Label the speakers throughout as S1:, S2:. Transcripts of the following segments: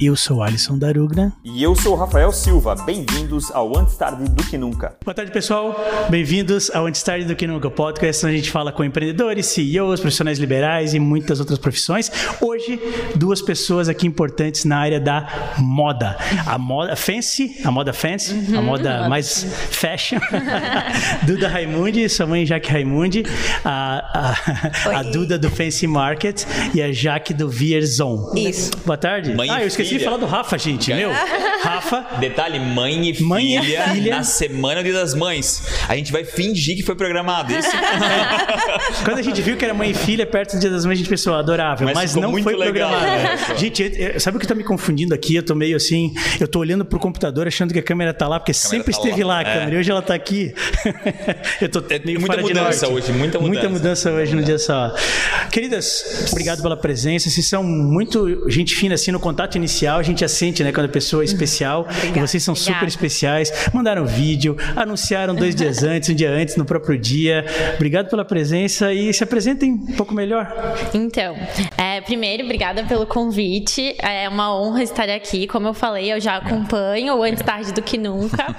S1: Eu sou Alisson Darugna.
S2: E eu sou o Rafael Silva. Bem-vindos ao Antes Tarde do Que Nunca.
S1: Boa tarde, pessoal. Bem-vindos ao Antes Tarde do Que Nunca podcast, onde a gente fala com empreendedores, CEOs, profissionais liberais e muitas outras profissões. Hoje, duas pessoas aqui importantes na área da moda. A moda fancy, a moda fancy,
S3: Uhum.
S1: a moda mais fashion. Duda Raimundi, sua mãe Jaque Raimundi, a, a, a
S3: Oi.
S1: Duda do Fancy Market e a Jaque do Vierzon.
S3: Isso.
S1: Boa tarde.
S4: Mãe e
S1: ah, eu esqueci de
S4: filha.
S1: falar do Rafa, gente. Meu, Rafa,
S4: Detalhe, mãe e
S1: Mãe e
S4: filha,
S1: filha.
S4: na semana do Dia das Mães. A gente vai fingir que foi programado é isso.
S1: quando a gente viu que era mãe e filha, perto do Dia das Mães, a gente pensou, adorável, mas,
S4: Mas ficou
S1: não
S4: muito
S1: foi
S4: legal,
S1: programado.
S4: né, pessoal?
S1: gente, eu- eu- sabe o que tá me confundindo aqui? Eu tô meio assim, eu tô olhando pro computador achando que a câmera tá lá, porque sempre
S4: tá
S1: esteve lá,
S4: lá.
S1: a câmera, e hoje ela tá aqui. eu tô
S4: É,
S1: meio
S4: muita
S1: fora de
S4: mudança
S1: norte.
S4: hoje, muita mudança.
S1: mudança hoje no dia só. Queridas, obrigado pela presença. Vocês são muito gente fina, assim, no contato inicial. A gente já sente, né, quando a pessoa é especial.
S3: Obrigada,
S1: e vocês são
S3: obrigada.
S1: super especiais. Mandaram vídeo, anunciaram dois dias antes, um dia antes, no próprio dia. Obrigado pela presença e se apresentem um pouco melhor.
S3: Então, é, primeiro, obrigada pelo convite. É uma honra estar aqui. Como eu falei, eu já acompanho o Antes Tarde do Que Nunca.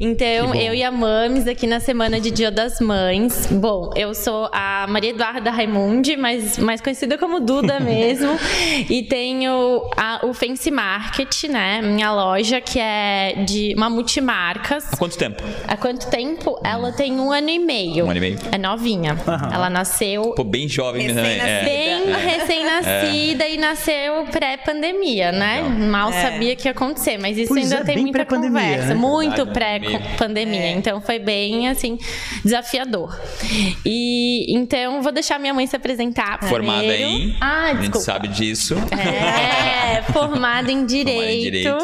S3: Então, eu e a Mames aqui na semana de Dia das Mães. Bom, eu sou a Maria Eduarda Raimundi, mas mais conhecida como Duda mesmo. e tenho a- o Fancy Market, né? Minha loja, que é de uma multimarcas.
S4: Há quanto tempo?
S3: Há quanto tempo? Ela tem um ano e meio.
S4: Um ano e meio.
S3: É novinha. Ela nasceu
S4: Pô, bem jovem né, também. É.
S3: bem recém-nascida e nasceu pré-pandemia, né? Mal sabia que ia acontecer, mas isso
S1: Pois
S3: ainda
S1: é,
S3: tem
S1: bem
S3: muita
S1: pré-pandemia,
S3: conversa,
S1: né?
S3: muito
S4: Verdade, né?
S3: pré-pandemia. Então foi bem assim desafiador. E então vou deixar minha mãe se apresentar
S4: Formada
S3: primeiro.
S4: em.
S3: tá Ah,
S4: a gente
S3: desculpa.
S4: sabe disso.
S3: É, formada em direito.
S4: Formada em direito.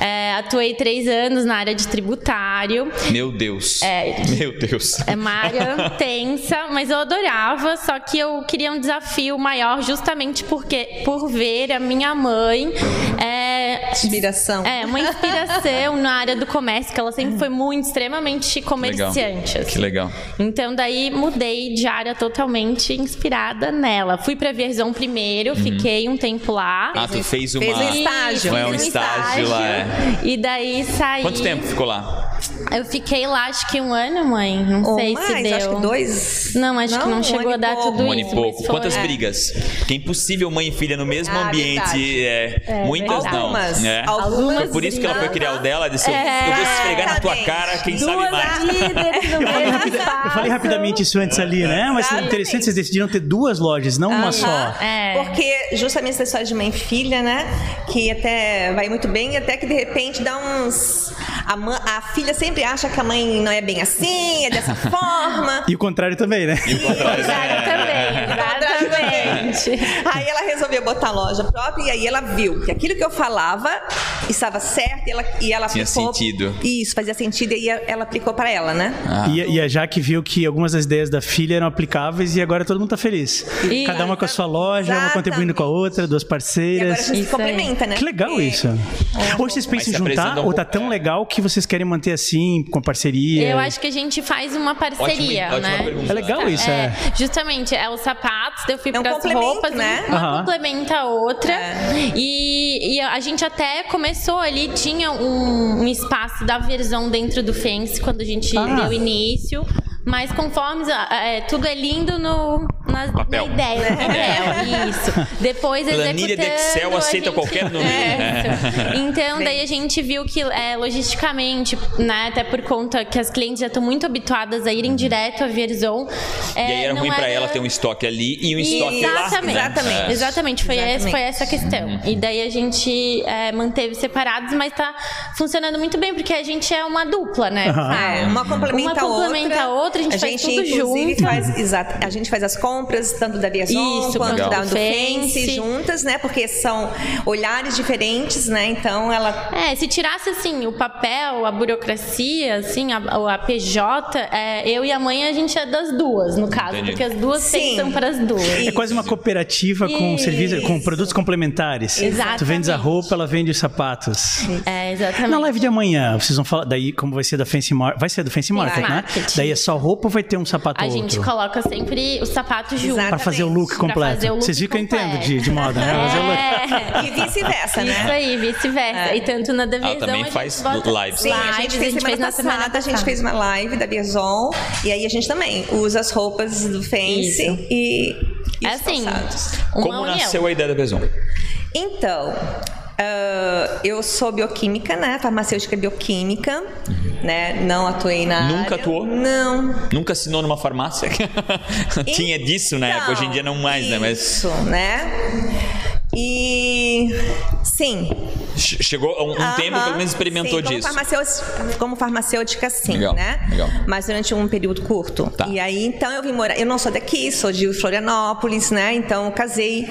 S3: É, atuei três anos na área de tributário.
S4: Meu Deus.
S3: É.
S4: Meu Deus.
S3: É uma área tensa, mas eu adorava, só que eu queria um desafio maior justamente porque por ver a minha mãe é,
S5: Inspiração.
S3: é uma inspiração na área do comércio, que ela sempre foi muito extremamente
S4: Legal.
S3: comerciante. assim.
S4: Que legal.
S3: Então daí mudei de área totalmente inspirada nela. Fui pra Vierzon primeiro, fiquei um tempo lá.
S4: Uhum. Ah, tu fez uma.
S5: fez um
S3: E
S5: estágio.
S3: fiz
S4: É um estágio lá, é.
S3: E daí saí.
S4: Quanto tempo ficou lá?
S3: Eu fiquei lá acho que um ano, mãe. Não
S5: Ou
S3: sei
S5: mais,
S3: se deu.
S5: acho que dois.
S3: Não, acho que não
S5: um
S3: chegou
S5: ano e
S3: a dar
S5: pouco.
S3: tudo
S4: Um ano
S3: isso,
S4: e
S3: mas
S4: pouco.
S3: foi-
S4: Quantas
S3: é.
S4: brigas? Porque é impossível mãe e filha no mesmo
S5: Ah,
S4: ambiente. é. Muitas
S5: Algumas.
S4: não. É.
S5: Algumas.
S4: Foi Por isso que ela foi
S5: não.
S4: criar o dela, disse: Eu vou esfregar na tua
S5: Exatamente.
S4: cara, quem sabe mais.
S3: É, Duas líderes no mesmo
S1: Eu falei
S3: espaço.
S1: rapidamente isso antes ali, né? Mas
S5: Exatamente.
S1: interessante, vocês decidiram ter duas lojas, não uma
S5: Aham.
S1: só.
S3: É.
S5: Porque justamente essa história de mãe e filha, né? Que até vai muito bem e até que de repente dá uns. A, mã- a filha sempre acha que a mãe não é bem assim, é dessa forma.
S1: E o contrário também, né?
S3: Contrário
S4: É.
S3: também, exatamente.
S5: Aí ela resolveu botar a loja própria e aí ela viu que aquilo que eu falava estava certo e ela, e ela
S4: Tinha
S5: aplicou-
S4: sentido.
S5: Isso, fazia sentido e aí ela aplicou para ela, né?
S4: Ah.
S1: E, e a Jaque viu que algumas das ideias da filha eram aplicáveis e agora todo mundo tá feliz.
S3: E-
S1: Cada uma com a sua loja, uma
S5: Exatamente.
S1: contribuindo com a outra, duas
S5: E agora a
S1: parceiras.
S5: gente se
S3: Isso aí.
S5: complementa, né?
S1: Que legal
S5: Porque-
S1: isso. Hoje vocês pensam em
S4: se apresenta
S1: juntar
S4: um
S1: ou tá
S4: pouco,
S1: tão
S4: é.
S1: legal que vocês querem manter assim, com parceria?
S3: Eu acho que a gente faz uma parceria,
S4: ótima
S3: né?
S4: pergunta.
S1: É legal isso, é.
S3: É, justamente, é os sapatos, daí eu fui
S5: É um
S3: pras
S5: complemento,
S3: roupas,
S5: né?
S3: uma
S1: Aham.
S3: complementa a outra.
S5: É.
S3: E, e a gente até começou ali, tinha um, um espaço da versão dentro do Fence quando a gente
S1: Ah.
S3: deu início. Mas conforme a- é, tudo é lindo no, na,
S4: Papel. É.
S3: na ideia, no papel, isso. Depois
S4: Planilha de
S3: executando,
S4: Excel
S3: a
S4: aceita
S3: gente-
S4: qualquer número.
S3: É, isso. Então, daí a gente viu que é, logisticamente, né, até por conta que as clientes já estão muito habituadas a irem direto a Vierzon.
S4: Uhum. E aí era ruim pra ela ter um estoque ali e um estoque
S3: É, Exatamente,
S4: lá.
S5: Exatamente.
S4: É.
S3: exatamente, foi,
S5: Exatamente.
S3: essa- foi essa a questão.
S4: Uhum.
S3: E daí a gente é, manteve separados, mas tá funcionando muito bem, porque a gente é uma dupla, né?
S5: É,
S4: Ah.
S3: sabe?
S5: uma complementa,
S3: Uma complementa a outra, a gente faz tudo
S5: inclusive,
S3: junto.
S5: Faz, exato, a gente faz as compras tanto da Viazon
S3: Isso,
S5: quanto
S4: Legal.
S5: da do
S3: Fence.
S5: Fence juntas, né? Porque são olhares diferentes, né? Então ela
S3: É, se tirasse assim o papel, a burocracia, assim, a, a PJ, é, eu e a mãe a gente é das duas, no caso,
S4: Entendi.
S3: porque as duas
S5: Sim.
S3: pensam para as duas.
S1: É quase uma cooperativa com
S3: Isso.
S1: serviço, com produtos complementares.
S3: Exatamente.
S1: Tu vendes a roupa, ela vende os sapatos.
S3: É, exatamente.
S1: Na live de amanhã, vocês vão falar daí como vai ser da Fancy Market. Vai ser do Fancy Market, né?
S3: Market.
S1: Daí é só roupa ou vai ter um sapato
S3: A
S1: ou
S3: gente
S1: outro?
S3: coloca sempre o sapato junto.
S5: Exato.
S1: Pra fazer o look
S5: Pra
S1: completo.
S3: fazer o look
S1: Vocês viram que eu
S3: completo.
S1: entendo de, de moda,
S5: É.
S1: né? Fazer o look.
S3: É.
S5: E vice-versa,
S3: Isso
S5: né?
S3: aí, vice-versa. E tanto na
S4: Ah,
S3: divisão
S4: também
S3: a gente
S4: faz
S3: bota
S4: lives.
S5: Sim, a gente fez semana
S3: na
S5: passada, a gente fez uma live da Biazon e aí a gente também usa as roupas do Fence
S3: Isso.
S5: e, e
S3: É
S5: os
S3: assim,
S5: calçados.
S3: uma
S4: Como
S3: união.
S4: nasceu a ideia da Bezon?
S5: Então, ah, eu sou bioquímica, né? Farmacêutica bioquímica, né? Não atuei na
S4: Nunca
S5: área.
S4: atuou?
S5: Não.
S4: Nunca assinou numa farmácia? Tinha disso na
S3: Então,
S4: época, hoje em dia não mais, né? Mas
S5: Então, Isso, né? E sim.
S4: che- chegou a um, um
S5: aham,
S4: tempo, pelo menos experimentou
S5: sim, como
S4: disso.
S5: farmacêutica- como farmacêutica, sim,
S4: Legal,
S5: né?
S4: legal.
S5: Mas durante um período curto.
S4: Tá.
S5: E aí, então, eu vim morar. Eu não sou daqui, sou de Florianópolis, né? Então, eu casei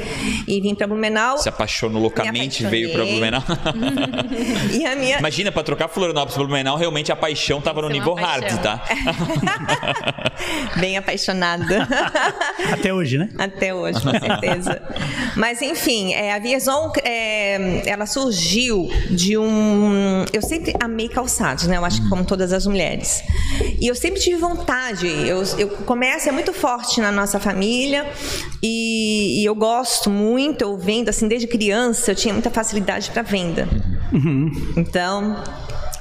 S5: e vim para Blumenau.
S4: Se apaixonou loucamente,
S5: Me
S4: veio pra Blumenau. é
S5: E a minha.
S4: Imagina, pra trocar Florianópolis pra Blumenau, realmente a paixão tava no
S3: Isso é
S4: nível
S3: uma
S4: hard,
S3: paixão.
S4: tá?
S5: Bem apaixonada.
S1: Até hoje, né?
S5: Até hoje, com certeza. Mas enfim, é, a Viazon, é, ela surgiu de um... Eu sempre amei calçados, né? Eu acho que como todas as mulheres. E eu sempre tive vontade. Eu, eu comércio é muito forte na nossa família e, e eu gosto muito, eu vendo, assim, desde criança eu tinha muita facilidade para venda. Então,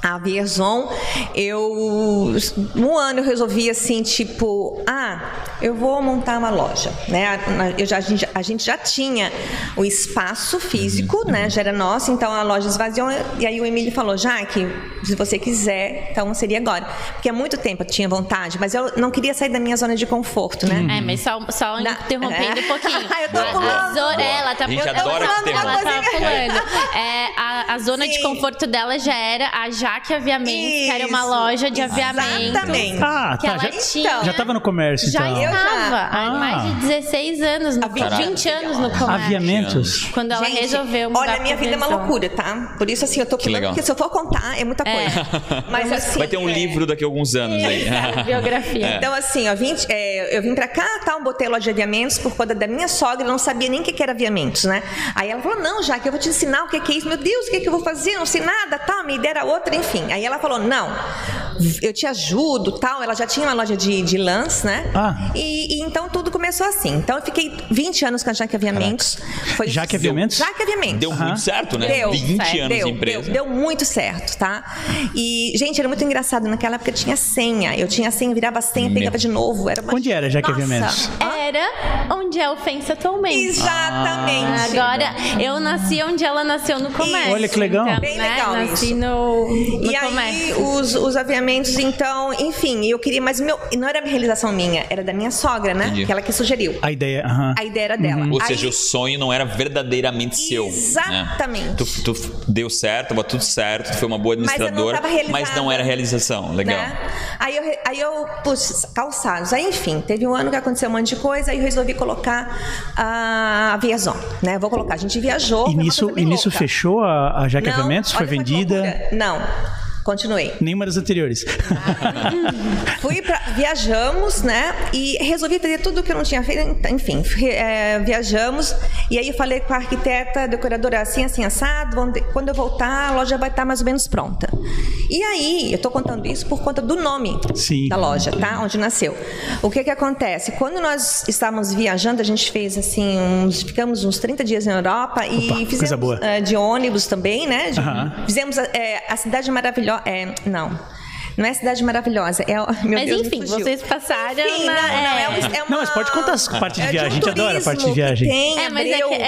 S5: a Vierzon, eu um ano eu resolvi assim, tipo, ah, eu vou montar uma loja, né? A- Eu já, a, gente, já- a gente já tinha o espaço físico, né? Já era nosso, então a loja esvaziou e aí o Emílio falou, Jaque, se você quiser, então seria agora. Porque há muito tempo eu tinha vontade, mas eu não queria sair da minha zona de conforto, né?
S3: É, mas só, só
S5: Na-
S3: interrompendo
S5: é.
S3: um pouquinho.
S5: Eu tô
S3: A- A
S5: pulando.
S3: Zorela tá
S4: A gente
S3: pulando.
S4: adora
S3: ela
S4: que
S3: tá- ela tá
S4: interrompa.
S3: pulando. É, a, a zona de
S5: Sim.
S3: conforto dela já era a Jaque Aviamento, que era uma
S5: Isso,
S3: loja de aviamento.
S5: Exatamente.
S1: Ah,
S3: Que
S1: tá.
S3: ela
S1: Já,
S3: tinha.
S1: já tava no comércio,
S3: Já
S1: então.
S5: eu-
S3: estava,
S1: Ah.
S3: há mais de 16 anos, no,
S5: Há 20
S3: 20 anos no comércio.
S1: Aviamentos.
S3: Quando ela
S5: Gente,
S3: resolveu mudar
S5: Olha, a minha
S3: pra
S5: vida é uma
S3: pensão.
S5: loucura, tá? Por isso, assim, eu tô pulando,
S4: legal.
S5: porque se eu for contar, é muita
S3: É.
S5: coisa. Mas assim.
S4: Vai ter um
S5: é,
S4: livro daqui a alguns anos aí.
S3: Sabe, é Biografia.
S5: Então, assim, ó, 20, é, eu vim pra cá, tal, botei loja de aviamentos por conta da minha sogra, eu não sabia nem o que, que era aviamentos, né? Aí ela falou: não, Jaque, eu vou te ensinar o que, que é isso. Meu Deus, o que, que eu vou fazer? Eu Não sei nada, tal, minha ideia era outra, enfim. Aí ela falou: não, eu te ajudo, tal. Ela já tinha uma loja de, de lãs, né?
S1: Ah.
S5: E, e então tudo começou assim. Então eu fiquei 20 anos com a Jaque Aviamentos. Foi
S1: Jaque Aviamentos?
S5: Jaque Aviamentos.
S4: Deu
S1: Aham.
S4: muito certo, né?
S5: Deu,
S4: 20
S5: certo.
S4: anos
S5: deu,
S4: de empresa.
S5: Deu, deu muito certo, tá? E, gente, era muito engraçado. Naquela época tinha senha. Eu tinha senha, virava a senha,
S4: Meu.
S5: pegava de novo. Era uma...
S1: Onde era, já é que havia menos?
S5: Nossa.
S3: Era onde é ofensa atualmente.
S5: Exatamente.
S3: Ah, Agora, eu nasci onde ela nasceu no comércio.
S1: Olha que legal.
S3: Então,
S5: Bem
S3: né,
S5: legal
S3: nasci
S5: isso.
S3: no, no
S5: e aí,
S3: comércio.
S5: os, os aviamentos, então, enfim, eu queria, mas meu, não era realização minha, era da minha sogra, né?
S4: Entendi. Uhum.
S5: Aquela que sugeriu.
S1: A ideia. aham.
S5: A ideia era dela.
S4: Ou
S5: Aí-
S4: seja, o sonho não era verdadeiramente seu. né?
S5: Exatamente.
S4: Tu, tu deu certo, tava tudo certo, tu foi uma boa
S5: Mas eu não
S4: administradora,
S5: tava
S4: mas não,
S5: realizada.
S4: era realização. Legal.
S5: né? Aí eu, re- aí eu putz, calçados. Aí, enfim, teve um ano que aconteceu um monte de coisa, aí eu resolvi colocar a Viazon, né? Vou colocar. A gente viajou. foi
S1: E
S5: uma
S1: nisso,
S5: coisa bem
S1: e nisso
S5: louca.
S1: fechou a, a Jaque
S5: Não,
S1: Aviamentos? Foi
S5: olha é que
S1: vendida?
S5: loucura. Não, continuei.
S1: Nenhuma das anteriores.
S5: Fui pra, viajamos, né? E resolvi fazer tudo o que eu não tinha feito. Enfim, fui, é, viajamos. E aí eu falei com a arquiteta, decoradora, assim, assim, assado. vamos de- Quando eu voltar, a loja vai estar mais ou menos pronta. E aí, eu tô contando isso por conta do nome
S1: Sim.
S5: da loja, tá? Onde nasceu. O que que acontece? Quando nós estávamos viajando, a gente fez, assim, uns... Ficamos uns 30 dias na Europa e
S1: Opa,
S5: fizemos...
S1: coisa boa.
S5: é, de ônibus também, né? De-
S1: Aham.
S5: Fizemos é, a Cidade Maravilhosa... É, não. Não é Cidade Maravilhosa, é... o- Meu
S3: Mas
S5: Deus, me
S3: enfim,
S5: fugiu.
S3: vocês passaram
S5: Enfim,
S3: na-
S5: não, não,
S3: é.
S5: é um- é uma-
S1: Não, mas pode contar as partes de
S5: é
S1: viagem.
S5: um
S1: a gente adora a
S5: turismo
S1: parte de
S5: que
S1: viagem.
S5: tem,
S3: É, mas é
S5: Abreu,
S3: que- é-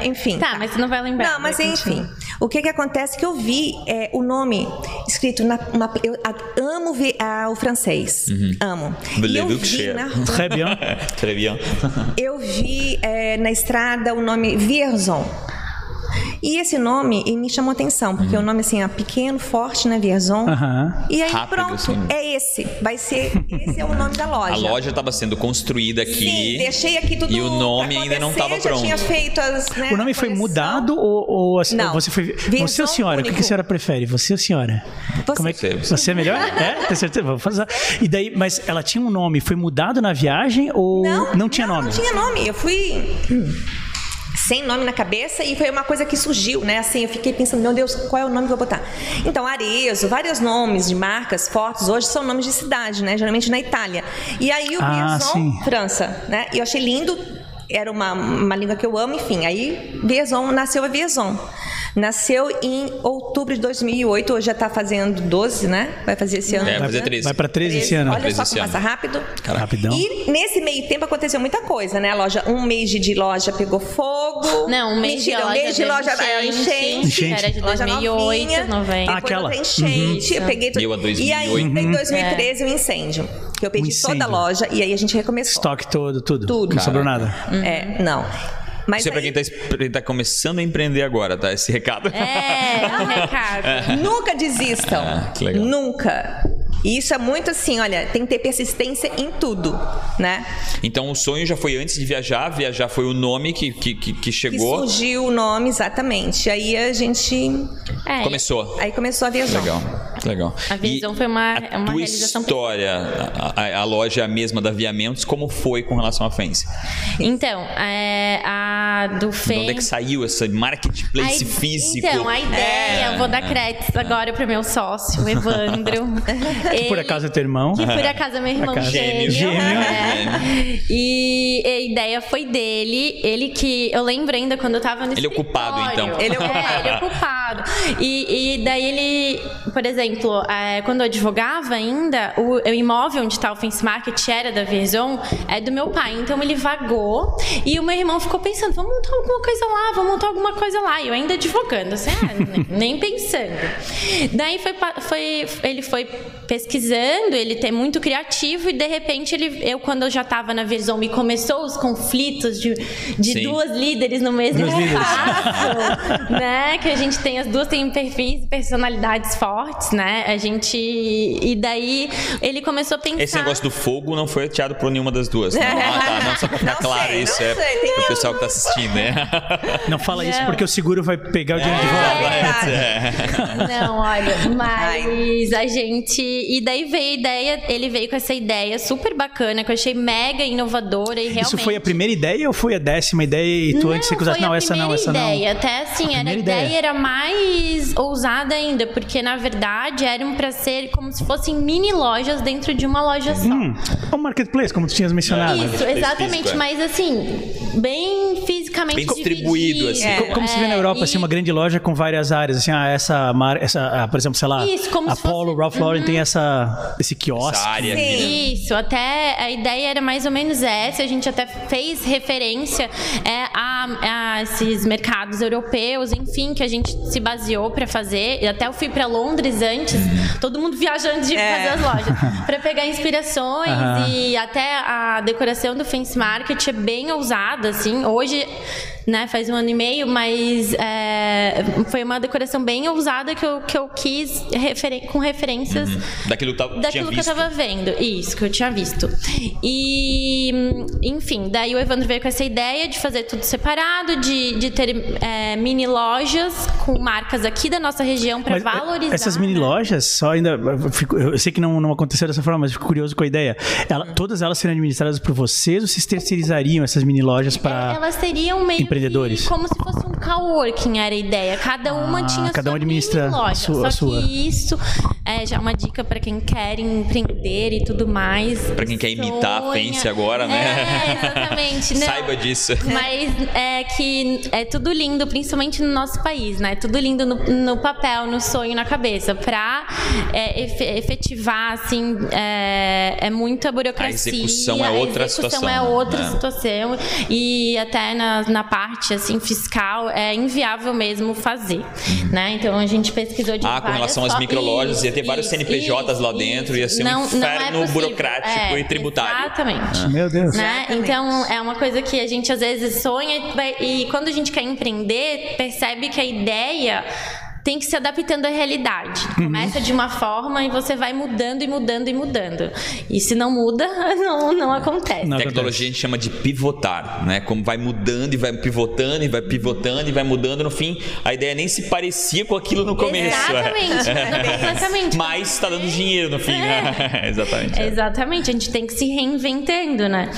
S5: é, enfim.
S3: Tá, mas você não vai lembrar,
S5: Não, mas
S3: vai
S5: enfim.
S3: continuar.
S5: O que que acontece que eu vi é, o nome escrito na... uma- eu a- amo ver ah, o francês.
S1: Uhum.
S5: Amo. E eu vi
S4: Cher.
S5: na rua
S1: Très bien.
S4: Très bien.
S5: eu vi eh, na estrada o nome Vierzon. E esse nome e me chamou atenção, porque
S4: Uhum.
S5: o nome assim, é pequeno, forte, né, Vierzon.
S1: Aham.
S5: E aí
S4: Rápido,
S5: pronto,
S4: assim.
S5: é esse, vai ser, esse é o nome da loja.
S4: A loja estava sendo construída aqui.
S5: Sim, deixei aqui tudo
S4: E o nome
S5: pra
S4: ainda não
S5: acontecer,
S4: estava
S5: já
S4: pronto.
S5: tinha feito as, né,
S1: O nome
S5: a
S1: foi
S5: coleção.
S1: mudado ou, ou a-
S5: Não.
S1: você foi. Você
S5: Versão
S1: ou senhora? O que que a
S5: único.
S1: senhora prefere? Você ou senhora?
S5: Você.
S1: Como é que,
S4: Você.
S1: você é melhor? é? Tem certeza? Vou fazer. E daí, mas ela tinha um nome, foi mudado na viagem ou
S5: Não,
S1: tinha nome?
S5: Não tinha nome. Eu fui sem nome na cabeça e foi uma coisa que surgiu, né? Assim, eu fiquei pensando, meu Deus, qual é o nome que eu vou botar? Então, Arezzo, vários nomes de marcas fortes hoje são nomes de cidade, né? Geralmente na Itália. E aí o
S1: Ah,
S5: Riazon,
S1: sim.
S5: França, né? E eu achei lindo, era uma, uma língua que eu amo, enfim. Aí Viazon, nasceu a Viazon. Nasceu em outubro de 2008, hoje já está fazendo 12, né? Vai fazer esse ano.
S4: É, vai
S5: né?
S4: fazer 13.
S1: Vai pra 13 esse ano.
S5: Olha só
S4: 13 esse
S5: como passa
S4: ano.
S5: rápido.
S1: Rapidão.
S5: E nesse meio tempo aconteceu muita coisa, né? A loja, um mês de- de loja pegou fogo.
S3: Não, um mês
S5: Mentira,
S3: de
S5: um
S3: loja.
S5: mês de
S3: teve
S5: loja é, enchente.
S1: Enchente.
S3: Era de
S5: Loja
S3: 2008,
S5: novinha.
S3: 90.
S1: Ah,
S5: Depois
S1: aquela. Uhum.
S5: outra enchente, eu peguei tudo.
S4: Eu a 2008.
S5: E aí, em 2013, o incêndio. Que eu perdi toda a
S1: incêndio.
S5: loja e aí a gente recomeçou.
S1: Estoque todo, tudo.
S5: Tudo.
S1: Não sobrou nada.
S5: É, não. Mas
S4: Isso é pra quem
S5: aí,
S4: tá, es- tá começando a empreender agora, tá? Esse recado.
S3: É, é um recado.
S5: nunca desistam.
S4: Ah, que legal.
S5: Nunca. E Isso é muito assim, olha, tem que ter persistência em tudo, né?
S4: Então o sonho já foi antes de viajar, viajar foi o nome que, que, que, que
S5: Que
S4: chegou.
S5: surgiu o nome exatamente. Aí a gente.
S3: É,
S4: Começou.
S5: Aí começou a viajar.
S4: Legal, legal.
S3: Então. A visão foi uma- é
S4: a
S3: uma
S4: tua
S3: realização
S4: história, a, a- a loja é a mesma da Viamentos, como foi com relação à Fence?
S3: Então, é, a do
S4: De onde é
S3: Fê.
S4: que saiu esse marketplace
S3: A i-
S4: físico?
S3: Então, a ideia,
S4: É.
S3: eu vou dar crédito agora pro meu sócio, o Evandro.
S1: Que por
S3: Ele-
S1: acaso é teu irmão.
S3: Que por acaso é meu irmão
S1: Acaso.
S3: gêmeo.
S1: Gêmeo.
S3: É. E a ideia foi dele. Ele que. Eu lembro ainda quando eu tava no
S4: Ele é ocupado,
S3: escritório.
S4: então.
S5: Ele é ocupado.
S3: ele é ocupado. E, e daí ele, por exemplo, é, quando eu advogava ainda, o, o imóvel onde tá o Fence Market era da Verzon, é do meu pai. Então ele vagou e o meu irmão ficou pensando: vamos montar alguma coisa lá, vamos montar alguma coisa lá. E eu ainda advogando, assim, ah, nem, nem pensando. Daí foi, pa- foi, ele foi pesquisando, ele é muito criativo e de repente ele, eu quando eu já estava na Verzon e começou os conflitos de, de
S4: Sim.
S3: duas líderes no mesmo
S1: Duas líderes.
S3: espaço, né? Que a gente tem as duas têm perfis e personalidades fortes, né? A gente e daí ele começou a pensar
S4: Esse negócio do fogo não foi ateado por nenhuma das duas. Não, ah, tá. Não, só pra ficar
S5: Não
S4: claro
S5: sei,
S4: isso.
S5: não
S4: é
S5: sei, tem
S4: pro pessoal que tá assistindo, né? É,
S1: Não fala isso
S3: Não.
S1: porque o seguro vai pegar o
S3: É
S1: dinheiro de volta.
S5: verdade.
S1: é
S3: Não, olha, mas a gente. E daí veio a ideia, ele veio com essa ideia super bacana, que eu achei mega inovadora e realmente.
S1: Isso foi a primeira ideia ou foi a décima ideia e tu antes recusaste?
S3: foi
S1: Não,
S3: a
S1: essa não,
S3: primeira
S1: essa não.
S3: ideia. Até assim, era, a
S1: primeira
S3: ideia
S1: ideia.
S3: era mais ousada ainda, porque na verdade eram pra ser como se fossem mini lojas dentro de uma loja só.
S1: Hum, é um marketplace, como tu tinhas mencionado.
S3: Isso,
S4: fez
S3: exatamente,
S4: físico, é.
S3: mas assim, bem fisicamente
S4: Bem distribuído, assim.
S3: dividido.
S1: Co- Como se vê na
S3: É,
S1: Europa,
S3: e-
S1: assim, uma grande loja com várias áreas, assim, ah, essa, mar... essa ah, por exemplo, sei lá,
S3: Isso, como se
S1: Apollo,
S3: fosse- Uhum.
S1: Ralph Lauren tem essa, esse quiosque.
S4: Essa área aqui. né?
S3: Isso, até a ideia era mais ou menos essa, a gente até fez referência é, a, a esses mercados europeus, enfim, que a gente se baseou para fazer. E até eu fui para Londres antes, todo mundo viajando de
S5: É.
S3: fazer as lojas, para pegar inspirações
S1: Aham.
S3: e até a decoração do Fence Market é bem ousada, assim. Hoje, né, faz um ano e meio, mas é, foi uma decoração bem ousada que eu, que eu quis referen- com referências
S4: né? Daquilo que tava- tinha
S3: daquilo que eu
S4: visto.
S3: tava vendo. Isso, que eu tinha visto. E, hum, enfim, daí o Evandro veio com essa ideia de fazer tudo separado, de, de ter é, mini lojas com marcas aqui da nossa região para
S1: Mas, eh,
S3: valorizar.
S1: Essas mini
S3: né?
S1: lojas, só ainda. eu fico- Eu sei que não, não aconteceu dessa forma, mas fico curioso com a ideia. Ela-
S3: Uhum.
S1: Todas elas serão administradas por vocês ou vocês terceirizariam essas mini lojas
S3: É,
S1: para.
S3: Elas seriam meio
S1: empreendedores.
S3: que como se fosse um coworking, era a ideia. Cada uma
S1: Ah,
S3: tinha
S1: cada
S3: sua
S1: um administra
S3: mini
S1: a
S3: loja.
S1: sua-
S3: Só
S1: a sua.
S3: que isso é já uma dica para quem quer empreender e tudo mais.
S4: Pra quem quer imitar a
S3: Sonha.
S4: Fence agora,
S3: É,
S4: né?
S3: exatamente. Não.
S4: Saiba disso.
S3: Mas é que é tudo lindo, principalmente no nosso país, né? Tudo lindo no, no papel, no sonho, na cabeça. Pra é, efe- efetivar, assim, é, é muita burocracia.
S4: A execução é outra
S3: a execução
S4: situação,
S3: é outra
S4: né?
S3: situação. E até na, na parte, assim, fiscal, é inviável mesmo fazer,
S4: Uhum.
S3: né? Então, a gente pesquisou de
S4: Ah, com
S3: várias
S4: relação às
S3: fo-
S4: microlojas,
S3: Isso,
S4: ia ter vários
S3: isso,
S4: CNPJs lá
S3: isso,
S4: dentro, ia
S3: isso.
S4: ser um inferno
S3: possível. É,
S4: burocrático e tributário.
S3: Exatamente
S1: Meu Deus.
S3: né?
S5: Exatamente.
S3: Então é uma coisa que a gente às vezes sonha e vai- e quando a gente quer empreender, percebe que a ideia tem que se adaptando à realidade.
S4: Uhum.
S3: Começa de uma forma e você vai mudando e mudando e mudando. E se não muda, não, não acontece.
S1: Não.
S4: Tecnologia a gente chama de pivotar, né? Como vai mudando e vai pivotando e vai pivotando e vai mudando. No fim, a ideia nem se parecia com aquilo no começo.
S3: Exatamente,
S4: é.
S3: completamente.
S4: Mas tá dando
S3: É.
S4: dinheiro no fim, né? Exatamente.
S3: Exatamente, a gente tem que se reinventando, né?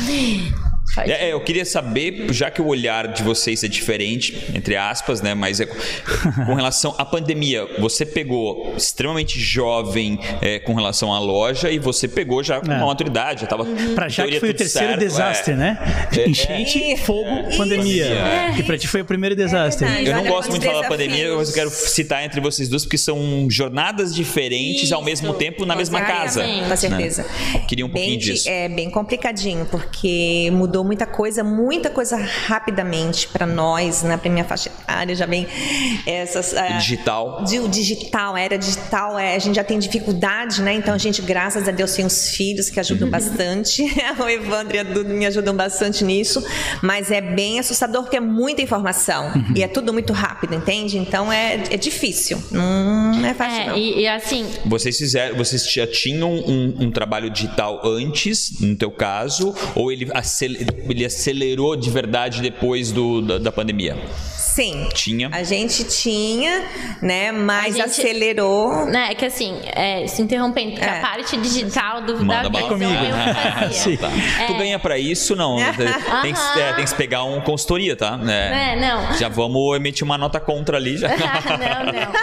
S3: Pode
S4: É, é, eu queria saber, já que o olhar de vocês é diferente, entre aspas, né? Mas é, com relação à pandemia, você pegou extremamente jovem é, com relação à loja e você pegou já com uma maturidade, já tava.
S1: É. Pra
S4: em
S1: já que
S4: teoria,
S1: foi o
S4: tudo
S1: terceiro
S4: certo,
S1: desastre,
S4: é.
S1: né? Enchente,
S5: Ih,
S1: fogo,
S5: ih,
S1: pandemia.
S4: pandemia.
S1: E pra ti foi o primeiro desastre.
S5: verdade.
S4: Eu não
S5: Olha
S4: gosto muito de falar da
S5: quantos
S4: pandemia, mas eu quero
S5: desafios.
S4: citar entre vocês duas, porque são jornadas diferentes ao
S3: Isso,
S4: mesmo tempo na mesma casa. né?
S3: exatamente.
S5: Com certeza.
S4: Queria um
S5: Bem
S4: pouquinho
S5: de-
S4: disso.
S5: É bem complicadinho, porque mudou muita coisa, muita coisa rapidamente para nós, né? Para minha faixa etária já vem essas. ah,
S4: Digital.
S5: de- o digital, a era digital, é, a gente já tem dificuldade, né? Então a gente, graças a Deus, tem os filhos que ajudam bastante. o Evandro e a Duda me ajudam bastante nisso. Mas é bem assustador porque é muita informação.
S1: Uhum.
S5: E é tudo muito rápido, entende? Então é, é difícil. Não é fácil,
S3: É,
S5: não.
S3: e, e assim,
S4: Vocês fizeram, vocês já tinham um, um trabalho digital antes, no teu caso, ou ele, acel- ele acelerou de verdade depois do, da, da pandemia?
S5: Sim.
S4: Tinha.
S5: A gente tinha, né? Mas
S3: A gente-
S5: acelerou.
S3: né, é que assim, é, se interrompendo, porque
S5: É.
S3: a parte digital do, da
S4: Manda
S3: vida
S4: bala.
S3: eu fazia.
S1: Sim.
S4: Tá. Tu ganha pra isso, não. né? Tem, que, é, tem que pegar um consultoria, tá?
S3: É, não.
S4: Já vamos emitir uma nota contra ali. Já.
S3: não,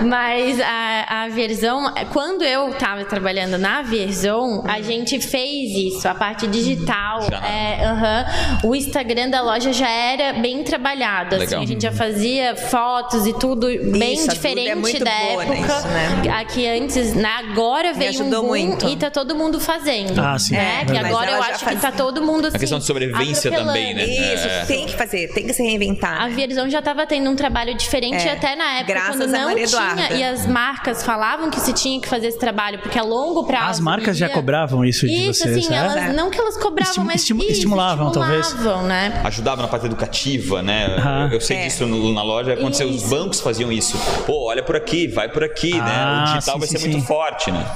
S3: não. Mas a, a Verzon, quando eu tava trabalhando na Verzon,
S5: Hum.
S3: a gente fez isso, a parte digital.
S4: Já.
S3: é, aham. o Instagram da loja já era bem trabalhado. assim,
S4: Legal.
S3: a gente já fazia fotos e tudo bem
S5: Isso, a Duda é
S3: diferente
S5: muito
S3: da
S5: boa
S3: época.
S5: nisso, né?
S3: Aqui antes, na, agora veio um
S5: ajudou
S3: boom
S5: muito.
S3: e tá todo mundo fazendo.
S1: Ah, sim.
S3: Né?
S1: É,
S3: que
S1: mas
S3: agora
S5: ela
S3: eu
S5: já
S3: acho
S5: faz-
S3: que tá todo mundo assim,
S4: questão de sobrevivência também,
S3: atropelando.
S4: né?
S5: Isso,
S4: É.
S5: tem que fazer, tem que se reinventar.
S3: A Vierzon já estava tendo um trabalho diferente
S5: É,
S3: até na época
S5: graças
S3: quando
S5: a
S3: não
S5: Maria
S3: tinha
S5: Eduarda.
S3: e as marcas falavam que se tinha que fazer esse trabalho porque a longo prazo.
S1: As marcas já
S3: devia-
S1: cobravam isso de
S3: Isso,
S1: vocês,
S3: assim,
S1: né?
S5: É.
S3: elas não que elas cobravam,
S1: Estimu-
S3: mas
S1: estimu-
S3: isso,
S1: estimulavam, talvez.
S3: estimulavam, né?
S4: ajudava na parte educativa, né?
S1: Aham.
S4: Eu sei
S5: É.
S4: disso no- na loja, aconteceu, os
S3: Isso.
S4: bancos faziam isso. Pô, olha por aqui, vai por aqui, né?
S1: Ah,
S4: O digital
S1: sim,
S4: vai
S1: sim,
S4: ser muito
S1: sim.
S4: forte, né?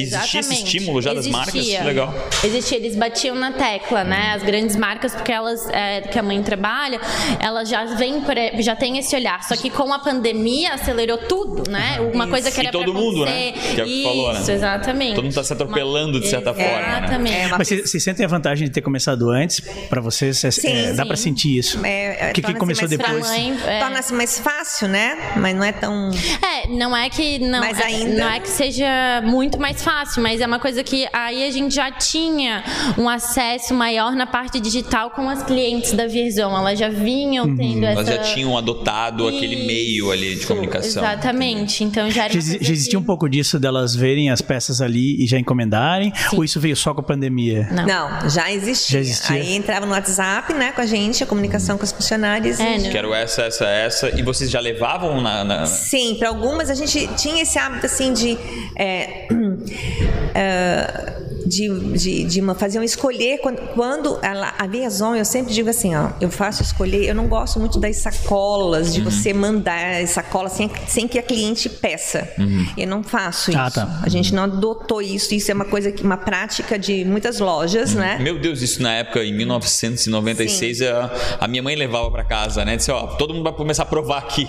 S4: Existia esse
S3: exatamente.
S4: estímulo já das marcas,
S3: Existia.
S4: legal.
S3: Existia, eles batiam na tecla, né? As grandes marcas, porque elas, é, que a mãe trabalha, elas já vêm, por- já tem esse olhar. Só que com a pandemia acelerou tudo, né? Uma coisa que
S4: E
S3: era
S4: todo
S3: pra
S4: mundo, né?
S3: acontecer.
S4: Que é o que
S3: Isso,
S4: tu falou, né?
S3: exatamente.
S4: Todo mundo tá se atropelando de certa forma, né?
S3: Exatamente.
S5: É,
S1: Mas vocês vocês sentem a vantagem de ter começado antes? Pra vocês, é- é, dá
S3: sim.
S1: pra sentir isso.
S5: É, é,
S1: o que, que
S5: torna-se
S1: começou
S5: mais
S3: Pra
S1: depois?
S3: mãe, é.
S5: Torna-se mais fácil, né? Mas não é tão.
S3: É, não é que não,
S5: Mas
S3: é-
S5: ainda-
S3: não é que seja muito mais fácil, mas é uma coisa que aí a gente já tinha um acesso maior na parte digital com as clientes da Vierzon, elas já vinham
S1: Uhum.
S3: tendo essa
S4: Elas já tinham adotado aquele
S3: Isso,
S4: meio ali de comunicação.
S3: Exatamente, então já era
S1: Já,
S3: uma
S1: exi-
S3: coisa
S1: já existia um
S3: que-
S1: pouco disso delas verem as peças ali e já encomendarem?
S3: Sim.
S1: Ou isso veio só com a pandemia?
S3: Não.
S5: Não, já existia.
S1: Já existia.
S5: Aí entrava no WhatsApp, né, com a gente, a comunicação com os funcionários.
S3: É,
S5: e-
S3: né?
S4: Quero essa, essa, essa. E vocês já levavam na. na-
S5: Sim, para algumas a gente tinha esse hábito assim de. é, é, de, de, de uma, fazer um escolher quando, quando ela, a Viazon, eu sempre digo assim, ó, eu faço escolher, eu não gosto muito das sacolas,
S1: Uhum.
S5: de você mandar as sacolas sem, sem que a cliente peça. Eu não faço isso.
S1: Uhum. Ah, tá.
S5: A gente não adotou isso, isso é uma coisa que, uma prática de muitas lojas,
S1: Uhum.
S5: né?
S4: Meu Deus, isso na época, em 1996, a, a minha mãe levava pra casa, né? Disse, ó, todo mundo vai começar a provar aqui.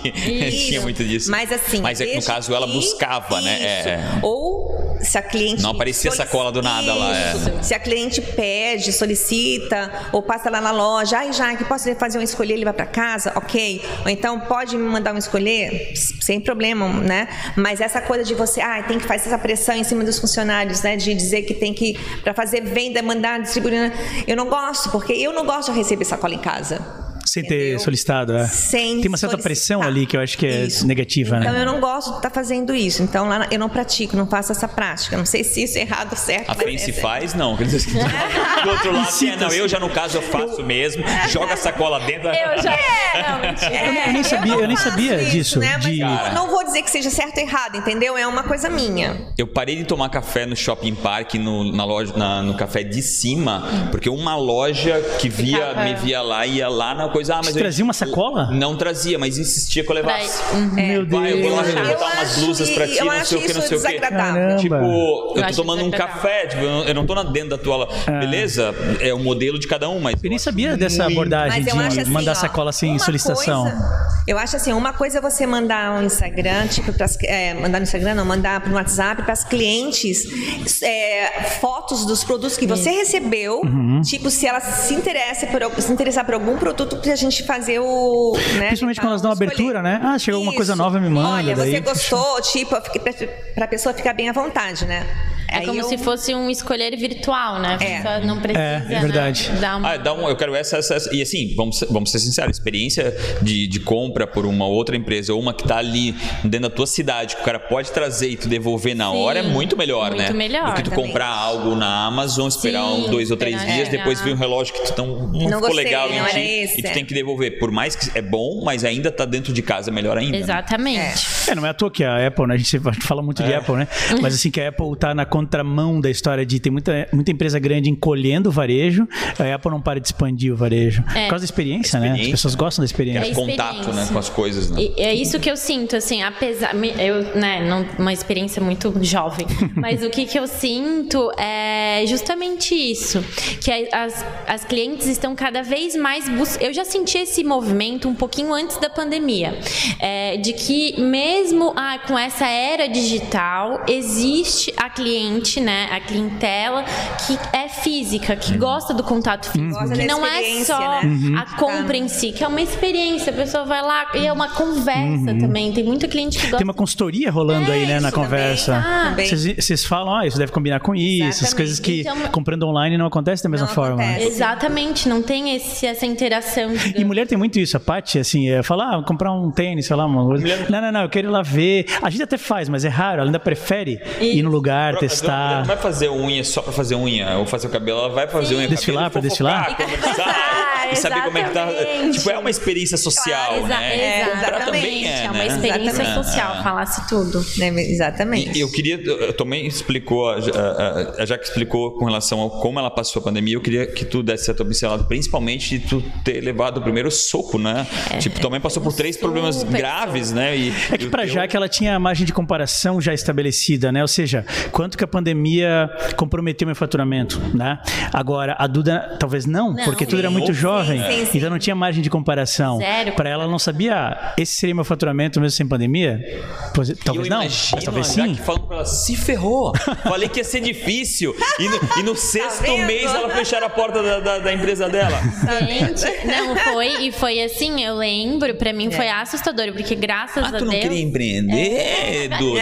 S4: Tinha muito disso.
S5: Mas assim.
S4: Mas é que no
S5: desde
S4: caso ela
S5: que-
S4: buscava, né?
S5: Isso.
S4: É, é.
S5: Ou se a cliente.
S4: Não aparecia
S5: solici-
S4: sacola do nada lá, é.
S5: Isso. Se a cliente pede, solicita, ou passa lá na loja, ai, Jaque, posso fazer um escolher ele vai pra casa? Ok. Ou então pode me mandar um escolher? Sem problema, né? Mas essa coisa de você, ah, tem que fazer essa pressão em cima dos funcionários, né? De dizer que tem que, pra fazer venda, mandar, distribuir. né? Eu não gosto, porque eu não gosto de receber sacola em casa.
S1: Sem ter
S5: Entendeu?
S1: solicitado, é.
S5: Sem
S1: Tem uma certa
S5: solicitar.
S1: pressão ali que eu acho que é
S5: Isso.
S1: negativa,
S5: Então
S1: né?
S5: eu não gosto de estar fazendo isso. Então lá na- eu não pratico, não faço essa prática. Não sei se isso é errado ou certo.
S4: A
S5: mas
S4: frente se
S5: é-
S4: faz, não. Quer dizer, Do outro lado, é, não, eu já no caso eu faço mesmo, joga a sacola dentro.
S3: Eu já não, mentira.
S5: É,
S1: Eu nem sabia- eu nem
S5: faço
S1: sabia disso,
S5: Né? Mas
S1: de-
S5: eu não vou dizer que seja certo ou errado, entendeu? É uma coisa minha.
S4: Eu parei de tomar café no shopping park, no, na loja, na- no café de cima, porque uma loja que via,
S3: Ficava-
S4: me via lá, ia lá na coisa. Ah, mas
S1: Você
S4: eu-
S1: trazia uma sacola?
S4: Não trazia, mas insistia que eu levasse.
S3: Pra- Uhum.
S1: Meu
S4: Vai, eu vou lá
S1: Deus.
S4: botar umas blusas pra ti,
S5: eu
S4: não
S5: acho
S4: sei o que,
S5: isso
S4: não sei o que.
S5: desagradável.
S1: Caramba.
S4: Tipo, eu
S3: acho
S4: tô
S3: que
S4: tomando um
S3: isso é legal.
S4: café, tipo, eu não- eu não tô na dentro da tua. Beleza? É o modelo de cada um, mas.
S1: Eu nem sabia dessa abordagem
S5: Mas eu acho
S1: de
S5: assim,
S1: mandar
S5: ó,
S1: sacola sem
S5: uma
S1: solicitação.
S5: coisa- eu acho assim, uma coisa é você mandar um Instagram, tipo, pras, é, mandar no Instagram, não, mandar para WhatsApp para as clientes é, fotos dos produtos que você recebeu,
S1: Uhum.
S5: tipo, se elas se interessa por, al- se interessar por algum produto pra gente fazer o. né,
S1: Principalmente quando elas dão
S5: escolher.
S1: abertura, né? Ah, chegou alguma coisa nova, me manda,
S5: Olha,
S1: daí-
S5: você gostou, tipo, para a pessoa ficar bem à vontade, né?
S3: É
S5: Aí
S3: como
S5: eu-
S3: se fosse um escolher virtual, né?
S5: É.
S3: Só não precisa.
S1: É, é
S3: né,
S1: verdade.
S3: dar uma-
S4: Ah, dá um, eu quero essa, essa, essa. E assim, vamos, ser- vamos ser sinceros, a experiência de, de compra por uma outra empresa ou uma que tá ali dentro da tua cidade, que o cara pode trazer e tu devolver na
S3: Sim,
S4: hora, é muito melhor,
S3: muito
S4: né?
S3: melhor,
S4: Do que tu
S5: também.
S4: comprar algo na Amazon, esperar
S3: Sim,
S4: um, dois ou três
S3: esperar né?
S4: dias,
S3: chegar.
S4: depois vir um relógio que tu tão, não, ficou
S5: gostei,
S4: legal em
S5: não era
S4: ti
S5: esse,
S4: e tu
S5: é.
S4: tem que devolver. Por mais que é bom, mas ainda tá dentro de casa, é melhor ainda. né?
S3: Exatamente.
S1: É, não é à toa que a Apple, né? A gente sempre- a gente fala muito de Apple, né? Mas assim, que a Apple tá na contramão da história de tem muita, muita empresa grande encolhendo o varejo, a Apple não para de expandir o varejo.
S5: É.
S1: Por causa da experiência, né? As
S4: Experiência.
S1: pessoas gostam da
S4: Quero
S1: experiência.
S3: É
S4: contato né,
S3: experiência.
S4: com as coisas, né?
S3: E é isso que eu sinto, assim, apesar. me- Eu, né, não, uma experiência muito jovem. Mas o que, que eu sinto é justamente isso. Que a- as, as clientes estão cada vez mais. bus- Eu já senti esse movimento um pouquinho antes da pandemia. é, de que mesmo ah, com essa era digital, existe a cliente, né? A clientela que é física, que gosta do contato físico.
S5: Gosta
S3: Que
S5: da
S3: não é
S5: experiência,
S3: só
S5: né?
S3: a compra em si, que é uma experiência. A pessoa vai lá e é uma conversa
S4: Uhum.
S3: também. Tem muito cliente que gosta.
S1: Tem uma consultoria rolando
S5: É,
S1: aí, né, na
S5: isso também, tá?
S1: conversa.
S5: Também.
S1: Vocês vocês falam, ah, isso deve combinar com isso, essas
S5: Exatamente.
S1: coisas que
S3: Então-
S1: comprando online não acontece da mesma
S5: Não
S1: forma.
S5: acontece.
S3: Exatamente, não tem esse, essa interação.
S1: E
S3: digamos.
S1: mulher tem muito isso, a Paty, assim, é, fala, ah, vou comprar um tênis, sei lá, uma coisa. Não, não, não, eu quero ir lá ver. A gente até faz, mas é raro, ela ainda prefere ir no lugar,
S4: Pra- a mulher
S1: testar.
S4: um- Não vai fazer unha só pra fazer unha, ou fazer o cabelo, ela vai fazer unha.
S1: Desfilar
S4: cabelo,
S1: pra desfilar?
S4: fofocar, Conversar,
S3: Ah,
S4: e saber como é que tá.
S3: exatamente.
S4: Tipo, é uma experiência social,
S3: Exa-
S4: né?
S5: é,
S4: Comprar também
S3: exatamente, é, uma
S4: né?
S3: experiência
S4: Exatamente.
S3: social,
S4: É.
S3: falasse tudo.
S5: Né, Exatamente.
S4: E eu queria, eu também explicou, a, a, a Jaque explicou com relação a como ela passou a pandemia, eu queria que tu desse a tua pincelada, principalmente de tu ter levado o primeiro soco, né? tipo, também passou por três problemas
S3: É. super
S4: graves, né? E,
S1: É que
S4: e o
S1: pra
S4: teu-
S1: Jaque ela tinha a margem de comparação já estabelecida, né? Ou seja, quanto que a pandemia comprometeu meu faturamento, né? Agora, a Duda talvez não,
S3: Não.
S1: porque tudo era muito
S4: Sim,
S1: jovem,
S5: sim, sim.
S1: então não tinha margem de comparação.
S3: Zero.
S1: Pra ela ela não sabia, ah, esse seria meu faturamento mesmo sem pandemia? Pois-
S4: E eu
S1: Talvez não,
S4: imagino
S1: mas talvez
S4: a
S1: sim.
S4: Jaque falando pra ela, se ferrou. Falei que ia ser difícil. E no, e
S3: Tá
S4: no sexto
S5: vendo?
S4: mês ela fecharam a porta da, da- da empresa dela.
S3: Gente, não foi, e foi assim, eu lembro, pra mim foi assustador, porque graças
S4: Ah,
S3: a
S4: tu não
S3: Deus.
S4: queria empreender, Duda?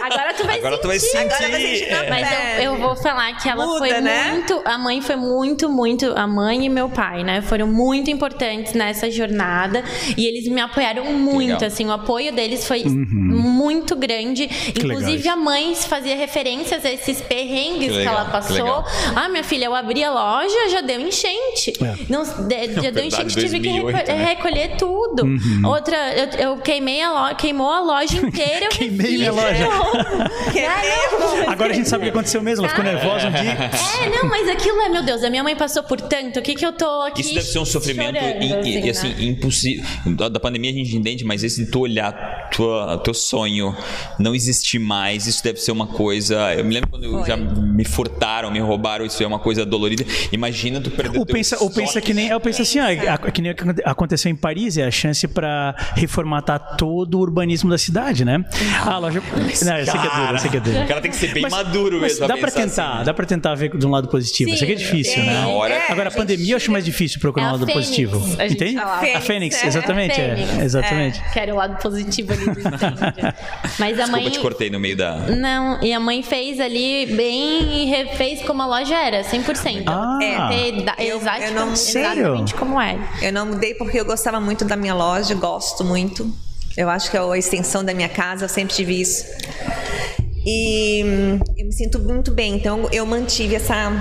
S3: Agora tu vai
S4: Agora tu vai
S3: sentir.
S4: sentir.
S5: Agora vai sentir na
S4: é.
S3: Mas
S5: Pele.
S3: eu, eu vou falar que ela
S5: Muda,
S3: foi
S5: né?
S3: muito. A mãe foi muito, muito. A mãe e meu pai, né? Foram muito importantes nessa jornada. E eles me apoiaram muito,
S4: legal. Uhum.
S3: assim. O apoio deles foi muito grande. Inclusive,
S1: legal
S3: a mãe fazia referências a esses perrengues que,
S4: Que legal,
S3: ela
S4: que
S3: passou.
S4: legal.
S3: ah, minha filha, eu abri a loja, já deu enchente.
S1: É.
S3: Não, de- já deu
S4: Verdade,
S3: enchente, tive que
S4: 2008,
S3: recolher,
S4: né? Uhum.
S3: recolher tudo. Outra, eu, eu queimei a loja, queimou a loja inteira. eu
S1: Queimei
S3: refiz.
S1: minha loja.
S5: Quer ver?
S1: Agora a gente sabe o que aconteceu mesmo, ela ficou nervosa um dia.
S3: É, não, mas aquilo é, meu Deus, a minha mãe passou por tanto, o que que eu tô aqui
S4: Isso deve ser um sofrimento
S3: chorando,
S4: in- e- e,
S3: assim,
S4: assim,
S3: né?
S4: impossível. Da, da pandemia a gente entende, mas esse de tu olhar tua, teu sonho não existir mais, isso deve ser uma coisa. Eu me lembro quando já me furtaram, me roubaram, isso é uma coisa dolorida. Imagina tu perder
S1: Ou
S4: teu
S1: pensa, ou pensa
S4: sonho.
S1: que nem. Eu penso assim, ó, a- que nem o que aconte- aconteceu em Paris, é a chance pra reformatar todo o urbanismo da cidade, né? Ah, a loja. Não, eu sei que é duro, eu sei que é duro.
S4: O cara tem que ser bem
S1: Mas-
S4: maduro
S1: mas
S4: mesmo.
S1: dá pra
S4: pensar
S1: tentar,
S4: assim.
S1: dá pra tentar ver de um lado positivo.
S3: Sim,
S1: Isso aqui é difícil,
S3: tem.
S1: né?
S4: Na hora.
S5: É,
S1: Agora, a
S5: gente,
S1: pandemia eu acho mais difícil procurar
S3: É
S1: um
S3: a
S1: lado
S3: Fênix,
S1: positivo.
S3: a gente
S1: Entende?
S3: falava.
S1: A Fênix,
S5: É,
S1: exatamente. é,
S3: Fênix,
S1: exatamente.
S3: Quero o lado positivo ali do incêndio. Mas a
S4: Desculpa,
S3: mãe...
S4: eu te cortei no meio da.
S3: Não, e a mãe fez ali bem e refez como a loja era, 100%.
S1: Ah.
S3: é, da-
S5: Eu- eu
S3: exatamente,
S5: não-
S3: exatamente
S1: Sério?
S3: como é. era.
S5: Eu não mudei porque eu gostava muito da minha loja, gosto muito. Eu acho que é a extensão da minha casa, eu sempre tive isso. E hum, eu me sinto muito bem, então eu mantive essa,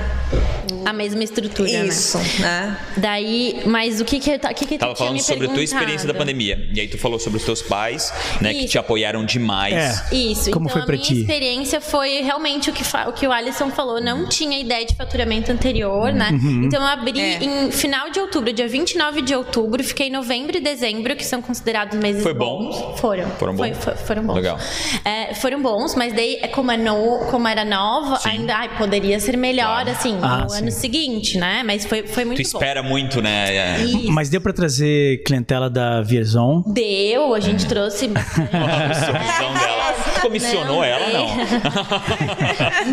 S3: a mesma estrutura, né?
S5: Isso, né?
S3: Daí, mas o que que, eu ta- o que, que tu
S4: Tava
S3: tinha
S4: falando
S3: me
S4: sobre a tua experiência da
S3: perguntado?
S4: pandemia. E aí tu falou sobre os teus pais, né, que
S3: Isso.
S4: te apoiaram demais.
S1: É.
S3: Isso,
S1: Como
S3: então
S1: foi
S3: a
S1: pra
S3: minha
S1: ti?
S3: experiência foi realmente o que, fa- o que o Alisson falou, não tinha ideia de faturamento anterior, né?
S1: Uhum.
S3: Então eu abri
S5: É.
S3: em final de outubro, dia 29 de outubro, fiquei novembro e dezembro, que são considerados meses
S4: Foi bom?
S3: bons. Foram.
S4: Foram
S3: Foi-
S4: bons?
S3: foi- foram bons.
S4: Legal.
S3: É, foram bons, mas daí, é, como, é no- como era nova, ainda ai, poderia ser melhor, assim,
S1: Ah,
S3: no
S1: sim.
S3: ano seguinte, né? Mas foi, foi muito
S4: Tu
S3: bom.
S4: espera muito, né?
S3: Isso.
S1: Mas deu pra trazer clientela da Vierzon?
S3: Deu, a gente trouxe bastante.
S4: Comissão dela. Tu comissionou
S3: Não,
S4: ela, não.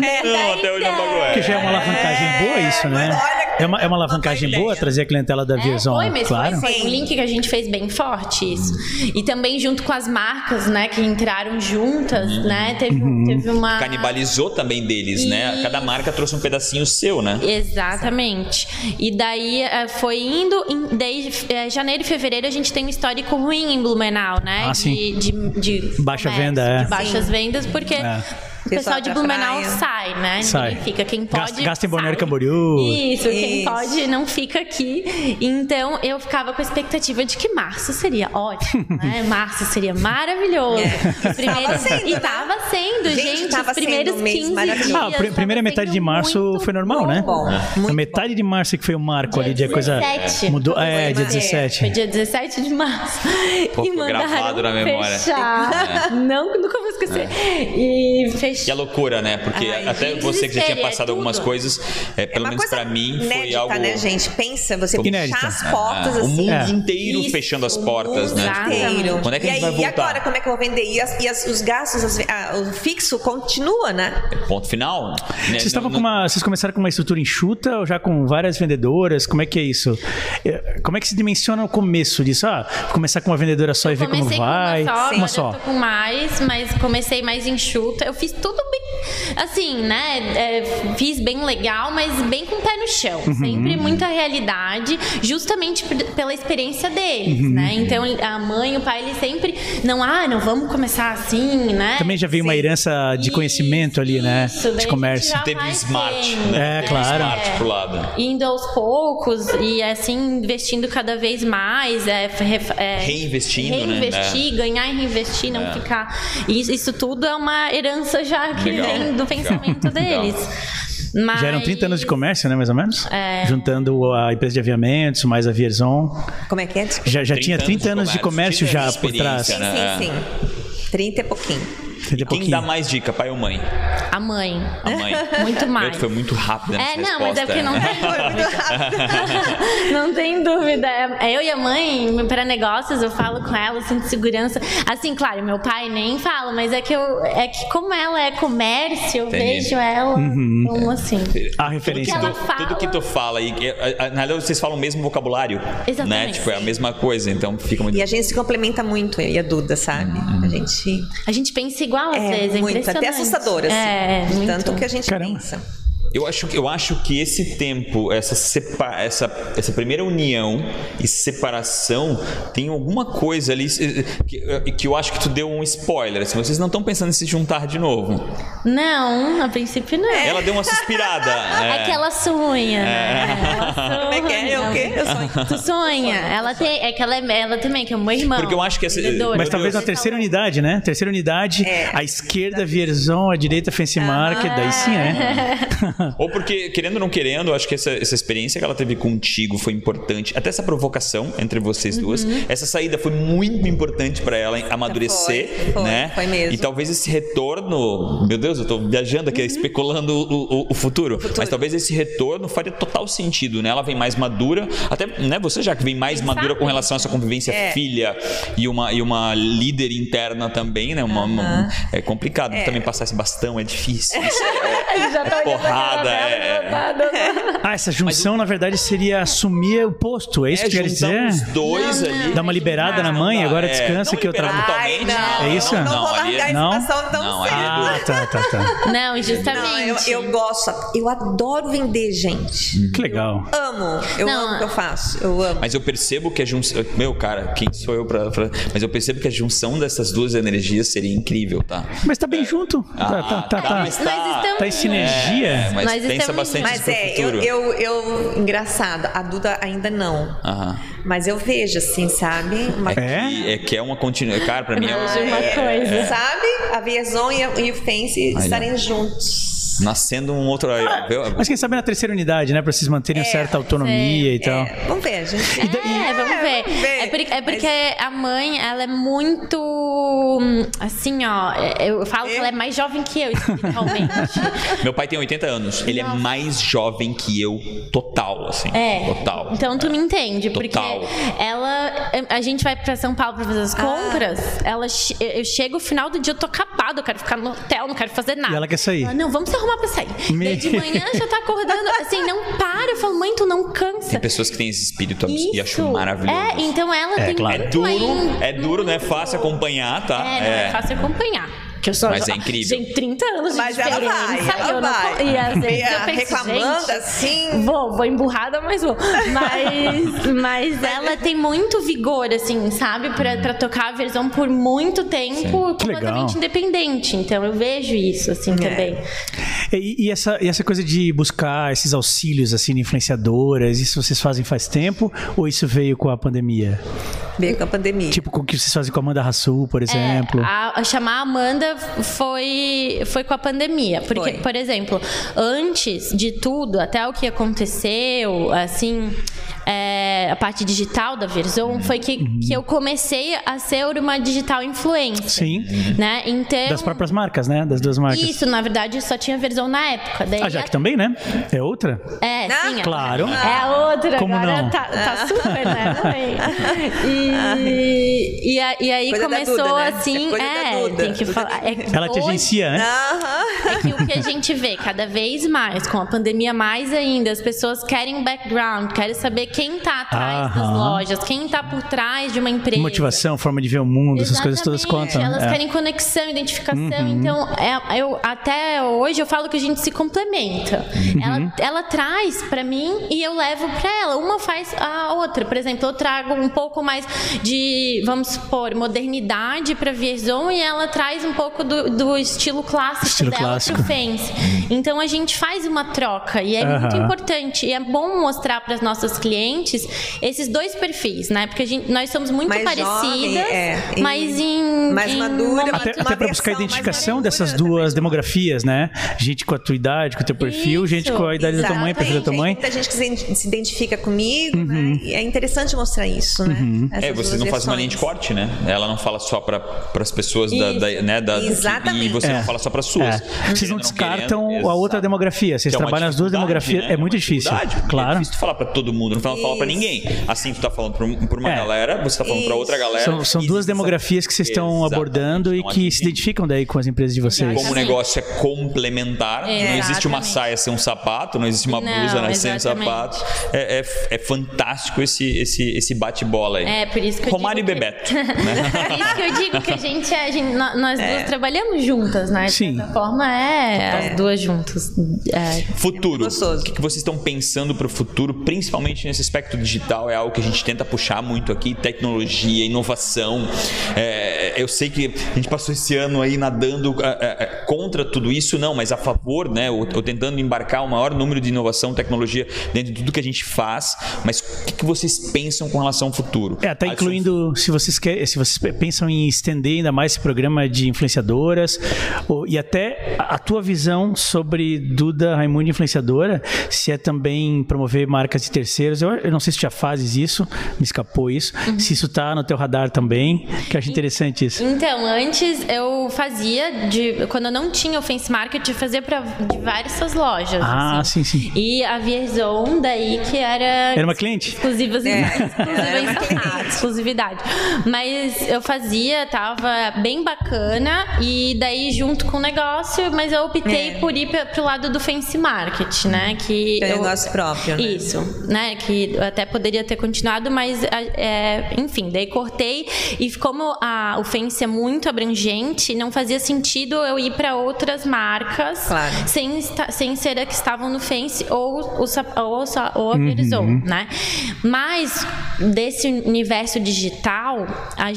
S5: É,
S4: não, até hoje um
S3: Então.
S4: não pagou
S1: Que
S4: ela.
S1: já é uma alavancagem boa isso, né?
S5: mas olha que
S1: É uma, é uma alavancagem boa
S5: ideia.
S1: trazer a clientela da
S3: É,
S1: Vierzon,
S3: foi, mas
S1: claro.
S3: foi, foi um link que a gente fez bem forte isso. E também junto com as marcas, né, que entraram juntas, né? Teve, teve uma.
S4: Canibalizou também deles, né?
S3: Isso.
S4: Cada marca trouxe um pedacinho seu, né?
S3: Exatamente. E daí eh, foi indo, em, daí eh, janeiro e fevereiro a gente tem um histórico ruim em Blumenau, né?
S1: Ah, sim.
S3: De, de- de
S1: Baixa
S3: comércio,
S1: venda, é.
S3: De baixas vendas, porque
S1: É.
S3: o pessoal de
S5: da
S3: Blumenau
S5: praia.
S3: sai, né? Ninguém
S1: Sai.
S3: fica. Quem pode.
S1: Gasta- gasta em
S3: sai.
S1: Balneário Camboriú.
S3: Isso, quem
S5: Isso.
S3: pode não fica aqui. Então eu ficava com a expectativa de que março seria ótimo, né? Março seria maravilhoso. Os primeiros-
S5: sendo,
S3: e
S5: né?
S3: tava sendo,
S5: Gente,
S3: gente.
S5: tava
S3: os primeiros
S5: sendo um mês
S3: 15
S5: maravilhoso.
S3: dias.
S1: Ah, a pri-
S3: tava
S1: primeira metade
S3: sendo
S1: de março
S3: muito É.
S1: foi normal, né?
S5: bom, muito
S1: a metade de março que foi o marco ali, de coisa.
S3: 17.
S1: Mudou. É,
S3: Foi,
S1: dia
S3: né? Foi
S1: 17.
S3: dia 17 de março.
S4: Pô, ficou gravado na memória. É.
S3: Fechar. Não, nunca vou esquecer. E
S4: E a
S3: fechou.
S4: loucura, né? Porque
S5: Ai,
S4: até
S3: gente,
S4: você que já tinha
S3: desespero, é
S4: passado algumas
S3: tudo.
S4: coisas, é, pelo
S5: Uma
S4: menos
S5: coisa
S4: pra mim, foi
S5: inédita,
S4: algo.
S5: né, gente? Pensa, você
S1: Inédita.
S5: fechar as
S4: Ah,
S5: portas
S4: O
S5: assim.
S4: mundo
S1: É.
S4: inteiro
S3: Isso,
S4: fechando as portas, né?
S3: exato.
S4: Tipo,
S5: inteiro.
S4: Quando é que
S5: e
S4: a gente
S5: aí,
S4: vai voltar?
S5: E agora, como é que eu vou vender? E, as- e as- os gastos, as- ah, o fixo continua, né?
S4: Ponto final. né?
S1: Vocês
S4: Não-
S1: estavam com
S4: não-
S1: uma. Vocês começaram com uma estrutura enxuta ou já com várias vendedoras? Como é que é isso? É, Como é que se dimensiona o começo disso? Ah, vou começar com uma vendedora só e ver como
S3: Comecei com
S1: vai.
S3: uma só,
S1: Uma
S3: agora eu
S1: só.
S3: tô com mais, mas comecei mais enxuta. Eu fiz tudo bem, assim, né? é, fiz bem legal, mas bem com o pé no chão.
S1: Uhum.
S3: Sempre muita realidade, justamente p- pela experiência deles,
S1: Uhum.
S3: né? Então a mãe e o pai, eles sempre não, ah, não vamos começar assim, né?
S1: Também já veio uma herança de conhecimento ali, né?
S3: Isso, daí a
S1: De
S3: gente
S1: comércio.
S3: já
S4: Teve
S3: vai
S4: smart,
S3: tendo.
S4: né?
S1: É,
S4: Teve
S1: claro.
S4: smart pro lado.
S3: Indo aos poucos e assim investindo cada vez mais, é, ref- é,
S4: Reinvestindo, né? É.
S3: reinvestir, ganhar e reinvestir, não ficar. Isso, isso tudo é uma herança já que
S4: Legal.
S3: vem do
S4: Legal.
S3: pensamento deles. Mas...
S1: Já eram 30 anos de comércio, né, mais ou menos?
S3: É.
S1: Juntando a empresa de aviamentos, mais a Vierzon.
S5: Como é que é? Sim,
S1: Já, já tinha 30 anos de comércio,
S4: 30
S1: já
S4: anos de
S1: por trás.
S4: experiência, né? É.
S5: sim, sim. 30 e pouquinho.
S1: Teve
S4: Quem
S1: pouquinho.
S4: dá mais dica, pai ou mãe?
S3: A mãe.
S4: A mãe.
S3: Muito
S4: Meu,
S3: mais.
S4: tu foi muito rápida nessa
S3: É, não, mas
S4: resposta,
S3: é porque não
S4: né?
S3: tem dúvida. não tem dúvida. É, Eu e a mãe, para negócios, eu falo com ela, sinto segurança. Assim, claro, meu pai nem fala, mas é que eu é que como ela é comércio, eu
S4: Entendi.
S3: vejo ela
S1: Uhum.
S3: como assim.
S1: A
S3: que
S1: referência.
S3: ela
S4: Tudo-
S3: tá fala-
S4: Tudo que tu fala aí, é, é, é, na verdade vocês falam o mesmo vocabulário, né?
S3: Exatamente.
S4: Tipo, é a mesma coisa, então fica muito
S5: E a gente se complementa muito, eu e a Duda, sabe?
S4: Uhum.
S5: A gente.
S3: A gente pensa igual às vezes, é
S5: muito,
S3: impressionante.
S5: até assustador, assim.
S3: É,
S5: de
S3: muito.
S5: tanto que a gente
S1: Caramba.
S5: pensa.
S4: Eu acho, que- eu acho que esse tempo, essa, sepa- essa, essa primeira união e separação tem alguma coisa ali eh, que, eh, que eu acho que tu deu um spoiler. Assim, vocês não estão pensando em se juntar de novo.
S3: Não, a princípio não. É.
S4: Ela deu uma suspirada. é.
S3: Aquela sonha, né?
S5: Como é que é? É o quê? Eu sou-
S3: Tu sonha. Ela tem. É que ela, é, ela também, que é uma irmã.
S4: Porque eu acho que essa-
S3: vendedora.
S1: Mas
S4: Meu
S1: talvez
S4: Deus.
S1: na terceira unidade, né? Terceira unidade,
S5: É.
S1: a esquerda Vierzon, a direita Fancy Market, daí sim, né?
S4: Ou porque, querendo ou não querendo, eu acho que essa, essa experiência que ela teve contigo foi importante. Até essa provocação entre vocês
S5: Uhum.
S4: duas. Essa saída foi muito importante pra ela amadurecer,
S5: Foi, foi,
S4: né?
S5: foi mesmo. Uhum.
S4: E talvez esse retorno. Meu Deus, eu tô viajando aqui, especulando o, o- o futuro. Mas talvez esse retorno faria total sentido, né? Ela vem mais madura. Até, né? Você já que vem mais madura com relação a essa convivência
S5: É.
S4: filha e uma, e uma líder interna também, né? Uma, uma- é complicado também passar esse bastão, é difícil. isso
S3: Já tá olhando
S4: Porrada,
S3: pra cara
S4: é.
S3: dela, não tá, não tá.
S1: Ah, essa junção, na verdade, seria assumir o posto, é isso que quer dizer?
S4: juntar os dois
S3: Não, não.
S4: ali.
S1: Dá uma liberada
S4: Ah,
S1: na mãe, agora
S4: é.
S1: descansa que eu trabalho.
S5: Ai, não.
S1: É isso?
S5: Não, não, vou
S4: ali é-
S5: largar
S1: Não?
S5: a situação tão
S4: Não,
S5: cedo.
S4: ali é
S1: Ah, tá, tá, tá.
S3: Não,
S5: Não, eu,
S3: justamente.
S5: eu gosto, eu adoro vender,
S4: Hum.
S5: gente.
S1: Que legal.
S5: Amo, eu
S3: Não,
S5: amo o que eu faço, eu amo.
S4: Mas eu percebo que a junção. Meu, cara, quem sou eu pra, pra- Mas eu percebo que a junção dessas duas energias seria incrível, tá?
S1: Mas tá bem junto.
S4: Ah,
S1: tá, tá, tá. tá.
S4: mas tá-
S3: Nós estamos
S1: Tá em sinergia.
S4: É, mas mas
S3: Nós
S4: pensa
S3: estamos
S4: bastante
S3: juntos.
S5: Mas
S4: nisso pro
S5: é, eu,
S4: futuro.
S5: eu, eu- engraçado, a Duda ainda não.
S4: Aham.
S5: Mas eu vejo assim, sabe? Uma-
S4: É, Que, é que é uma continuidade. Cara, pra mim é
S3: Mais uma coisa.
S5: Sabe? A Viazon e, a- e o Fence
S4: Olha.
S5: estarem juntos.
S4: nascendo um outro. aí, viu?
S1: Mas quem sabe na terceira unidade, né? Pra vocês manterem uma certa autonomia e tal.
S5: É, vamos ver, gente.
S3: É, vamos ver.
S5: vamos ver.
S3: É, por- é porque a mãe, ela é muito. hum, Assim, ó. é- Eu falo que ela é mais jovem que eu, espiritualmente.
S4: Meu pai tem 80 anos. Ele é mais jovem que eu, total, assim.
S3: É.
S4: Total.
S3: Então tu me entende, porque
S4: Total.
S3: ela. A gente vai pra São Paulo pra fazer as compras. Ela, che- eu chego no final do dia, eu tô acabada, eu quero ficar no hotel, não quero fazer nada.
S1: E ela quer sair.
S3: Ela, não, vamos se arrumar pra sair.
S1: Me-
S3: Daí de manhã já tá acordando, assim, não para. Eu falo, mãe, tu não cansa.
S4: Tem pessoas que têm esse espírito abs- e acho
S3: Isso.
S4: maravilhoso. assim.
S3: É, então ela
S1: É,
S3: tem
S1: claro.
S4: É
S3: muito
S4: duro,
S3: ainda.
S4: é duro, não é fácil acompanhar, tá?
S3: É, não é, fácil acompanhar. Que eu sou
S4: Mas é incrível.
S3: Gente, 30 anos de
S5: Mas ela
S3: diferença,
S5: vai, ela
S3: é eu não-
S5: vai.
S3: E às vezes
S5: Via
S3: eu penso,
S5: reclamando
S3: gente,
S5: assim.
S3: Vou, vou emburrada, mas vou. Mas, mas ela tem muito vigor, assim, sabe? Pra, pra tocar a versão por muito tempo,
S1: Que legal.
S3: completamente independente. Então eu vejo isso, assim, também.
S1: E, e essa, e essa coisa de buscar esses auxílios, assim, de influenciadoras, isso vocês fazem faz tempo? Ou isso veio com a pandemia?
S5: Veio com a pandemia.
S1: Tipo, com o que vocês fazem com a Amanda Rassul, por exemplo?
S3: É, A, a chamar a Amanda foi, foi com a pandemia. Porque,
S5: Foi.
S3: por exemplo, antes de tudo, até o que aconteceu, assim, é, a parte digital da Verzon, foi que,
S1: Uhum.
S3: que eu comecei a ser uma digital influencer.
S1: Sim.
S3: Né? Então,
S1: Das próprias marcas, né? Das duas marcas.
S3: Isso, na verdade, só tinha versão na época. Daí
S1: A Jaque também, né? É outra?
S3: É,
S5: Ah,
S3: sim. é.
S1: Claro.
S3: É a outra,
S1: Como
S3: agora
S1: não?
S3: Tá, tá super, né? Mãe? E, e, a- e aí
S5: Coisa da
S3: começou
S5: Duda, né?
S3: assim.
S5: É coisa da
S3: É,
S5: Duda.
S3: tem que
S5: Duda
S3: falar. É que
S1: Ela te
S3: hoje-
S1: agencia, né?
S5: Aham.
S3: é que o que a gente vê cada vez mais, com a pandemia mais ainda, as pessoas querem um background, querem saber quem tá atrás das
S1: Aham.
S3: lojas, quem tá por trás de uma empresa.
S1: Motivação, forma de ver o mundo, essas coisas todas
S3: Exatamente,
S1: contam. Uhum.
S3: Elas
S1: né?
S3: querem conexão, identificação. Então, é- eu, até hoje eu falo que a gente se complementa.
S1: Uhum.
S3: Ela, ela traz pra mim e eu levo pra ela. Uma faz a outra. Por exemplo, eu trago um pouco mais de, vamos supor, modernidade pra Vierzon e ela traz um pouco do, do estilo clássico
S1: Estilo
S3: dela
S1: clássico. Uhum.
S3: pro Fence. Então, a gente faz uma troca e é muito
S1: Aham.
S3: importante importante e é bom mostrar para as nossas clientes esses dois perfis, né? Porque a gente, nós somos muito
S5: Mais
S3: parecidas,
S5: jovem, é, e
S3: mas em
S5: mais
S3: em
S5: madura,
S3: momentos-
S5: mais-
S1: Até,
S5: Uma
S1: até para buscar a
S5: versão mais
S1: identificação
S5: madura
S1: dessas duas demografias, né? Gente com a tua idade, com o teu perfil,
S3: Isso,
S1: gente com a idade da tua mãe, perfil da tua
S5: Exatamente.
S1: mãe. Uhum.
S5: Muita gente que se- se identifica comigo, né? E é interessante mostrar isso, né?
S4: É,
S5: Essas
S4: você
S5: duas
S4: não faz uma
S5: versões.
S4: linha de corte, né? Ela não fala só para as pessoas da,
S3: Isso.
S4: da- né, da- do que-
S5: Exatamente.
S4: E você
S1: É.
S4: não fala só para suas.
S1: É. Vocês não
S4: Querendo,
S1: descartam
S4: querendo,
S1: a outra
S4: exato.
S1: demografia. Vocês
S4: Que é uma
S1: trabalham as duas
S4: dificuldade,
S1: demografias.
S4: né?
S1: é muito
S4: uma
S1: difícil.
S4: dificuldade, porque
S1: Claro.
S4: É difícil tu falar pra todo mundo, não fala, fala pra
S5: Isso.
S4: ninguém. Assim, tu tá falando pra, um- pra uma
S1: É.
S4: galera, você tá falando pra outra
S5: Isso.
S4: galera.
S1: São, são
S4: e
S1: duas
S4: existe
S1: demografias que vocês estão
S4: Exatamente.
S1: abordando e
S4: Então,
S1: que
S4: aqui,
S1: se
S4: gente,
S1: identificam daí com as empresas de vocês.
S4: Como o
S3: Exatamente.
S4: negócio é complementar, não existe uma
S3: assim, É, Exatamente.
S4: saia sem um sapato, não existe uma
S3: Não,
S4: blusa né, sem um
S3: exatamente.
S4: sapato. É, é f- é fantástico esse, esse, esse bate-bola aí.
S3: É, por isso que eu
S4: Romário e
S3: digo que-
S4: Bebeto.
S3: Por isso que eu digo que a gente, é- a gente- nó- nós duas trabalhamos juntas, né? De
S1: Sim.
S3: certa forma é as duas juntas. É,
S4: Futuro.
S5: gostoso.
S4: o que, que vocês estão pensando para o futuro, principalmente nesse aspecto digital? É algo que a gente tenta puxar muito aqui: tecnologia, inovação. É, eu sei que a gente passou esse ano aí nadando é, é, é, contra tudo isso, não, mas a favor, né? Ou, ou tentando embarcar o maior número de inovação, tecnologia dentro de tudo que a gente faz. Mas o que, que vocês pensam com relação ao futuro?
S1: É, tá
S4: Alisson,
S1: incluindo, se vocês, querem, se vocês pe- pensam em estender ainda mais esse programa de influenciadoras, ou- e até a a tua visão sobre Duda Raimundo influenciadora, se é também promover marcas de terceiros, eu, eu não sei se tu já fazes isso, me escapou isso, se isso tá no teu radar também, que eu acho interessante isso.
S3: Então, antes eu fazia, de, quando eu não tinha o Fence Market, eu fazia pra, de várias lojas.
S1: Ah,
S3: assim.
S1: sim, sim.
S3: E a Vierzon, daí que era.
S1: Era uma cliente?
S3: Exclusivas,
S5: É,
S3: exclusiva
S5: era uma
S3: em São
S5: cliente.
S3: Paulo, exclusividade. Mas eu fazia, tava bem bacana, e daí junto com o negócio, mas eu optei
S5: É.
S3: por ir pra, pro lado do Fence Market, né? Que
S5: Que é
S3: eu-
S5: negócio próprio, né?
S3: Isso, né? Que que eu até poderia ter continuado, mas a- é, enfim, daí cortei e como a ofensa é muito abrangente, não fazia sentido eu ir para outras marcas
S5: Claro.
S3: sem, esta- sem ser a que estavam no Fence ou, o Sa- ou, Sa- ou a Verizon, né? Mas desse universo digital, a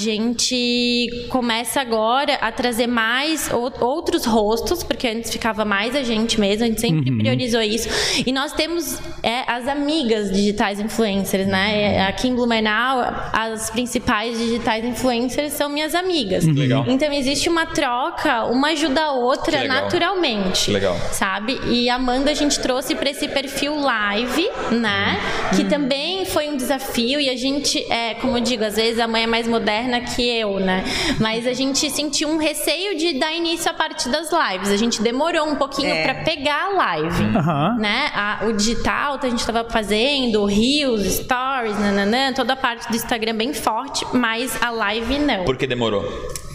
S3: gente começa agora a trazer mais ou- outros rostos, porque antes ficava mais a gente mesmo, a gente sempre priorizou isso. E nós temos é, as amigas digitais influencers, né? É, Aqui em Blumenau, as principais digitais influencers são minhas amigas.
S4: Legal.
S3: Então existe uma troca, uma ajuda a outra
S4: Que legal.
S3: naturalmente.
S4: Que legal.
S3: Sabe? E a Amanda a gente trouxe para esse perfil live, né?
S4: Uhum.
S3: Que também foi um desafio e a gente, é, como eu digo, às vezes a mãe é mais moderna que eu, né? Mas a gente sentiu um receio de dar início à parte das lives. A gente demorou um pouquinho
S5: É.
S3: para pegar a live
S1: Aham.
S3: né? A- o digital que a gente estava fazendo, reels, stories, nananã, toda a parte do Instagram bem forte, mas a live não.
S4: Por que demorou?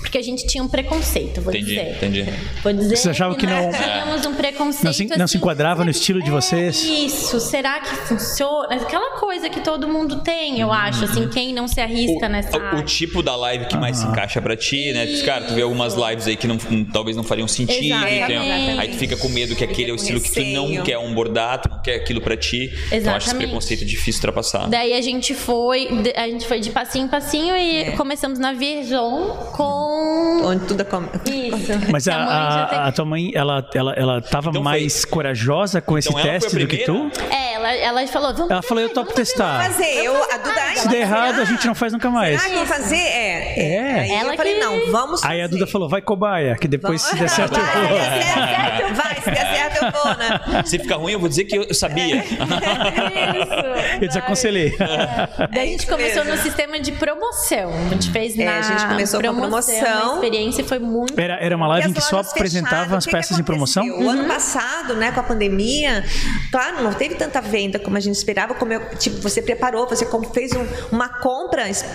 S3: Porque a gente tinha um preconceito, vou
S4: Entendi,
S3: dizer.
S4: entendi.
S3: Vou dizer
S1: Vocês achavam que não-
S3: nós tínhamos um preconceito.
S1: Não se- não se enquadrava no estilo de
S3: "É
S1: vocês?"
S3: Isso, será que funciona? Aquela coisa que todo mundo tem, eu acho,
S1: Uhum.
S3: assim, quem não se arrisca nessa
S4: o- o
S3: área.
S4: tipo da live que mais se encaixa pra ti, né? Tipo, Cara, tu vê algumas lives aí que não, não- talvez não fariam sentido.
S5: Exatamente.
S4: entendeu? aí tu fica com medo que aquele é o
S5: com
S4: estilo que tu não
S5: receio.
S4: quer onboardar, tu não quer aquilo pra ti. Então acho esse
S3: Exatamente.
S4: preconceito difícil de ultrapassar.
S3: Daí a gente foi, a gente foi de passinho em passinho e
S5: É.
S3: começamos na Virgon com
S5: Onde tudo é come...
S3: Isso.
S1: Uhum. Mas a,
S3: Minha mãe já
S1: a,
S3: tem-
S1: a tua mãe, ela, ela, ela tava
S4: Então foi-
S1: mais corajosa com esse
S4: Então ela
S1: teste
S4: foi a
S1: do que tu?
S4: primeira?
S3: É, ela, ela falou, vamos
S1: Ela falou, eu
S3: fazer,
S1: topo
S3: vamos
S1: testar.
S5: Fazer, eu, a Duda... ai,
S1: Se der
S5: será?
S1: errado, a gente não faz nunca mais.
S5: Ah, vou fazer? É.
S1: É.
S5: Aí
S3: Ela
S5: eu falei,
S3: que-
S5: não, vamos
S1: Aí a
S5: fazer.
S1: Duda falou, vai cobaia, que depois se der certo eu
S5: vai,
S1: vou.
S5: Se der certo, eu vai. Se der certo, eu vou, né?
S4: Ah, Se ficar ruim, eu vou dizer que eu eu
S5: É,
S4: sabia.
S3: Isso.
S1: Eu desaconselhei.
S3: Daí a gente
S5: É isso
S3: começou
S5: mesmo.
S3: no sistema de promoção. A gente fez na
S5: É, a gente começou com a promoção.
S3: A experiência foi muito
S1: Era, era uma live
S5: E
S1: em
S5: as
S1: que só
S5: lojas
S1: apresentava
S5: fechadas,
S1: as
S5: o que que
S1: peças em promoção?
S5: aconteceu? O
S3: Uhum.
S5: ano passado, né, com a pandemia, claro, não teve tanta venda como a gente esperava, como eu- tipo, você preparou, você com- fez um- uma compra es-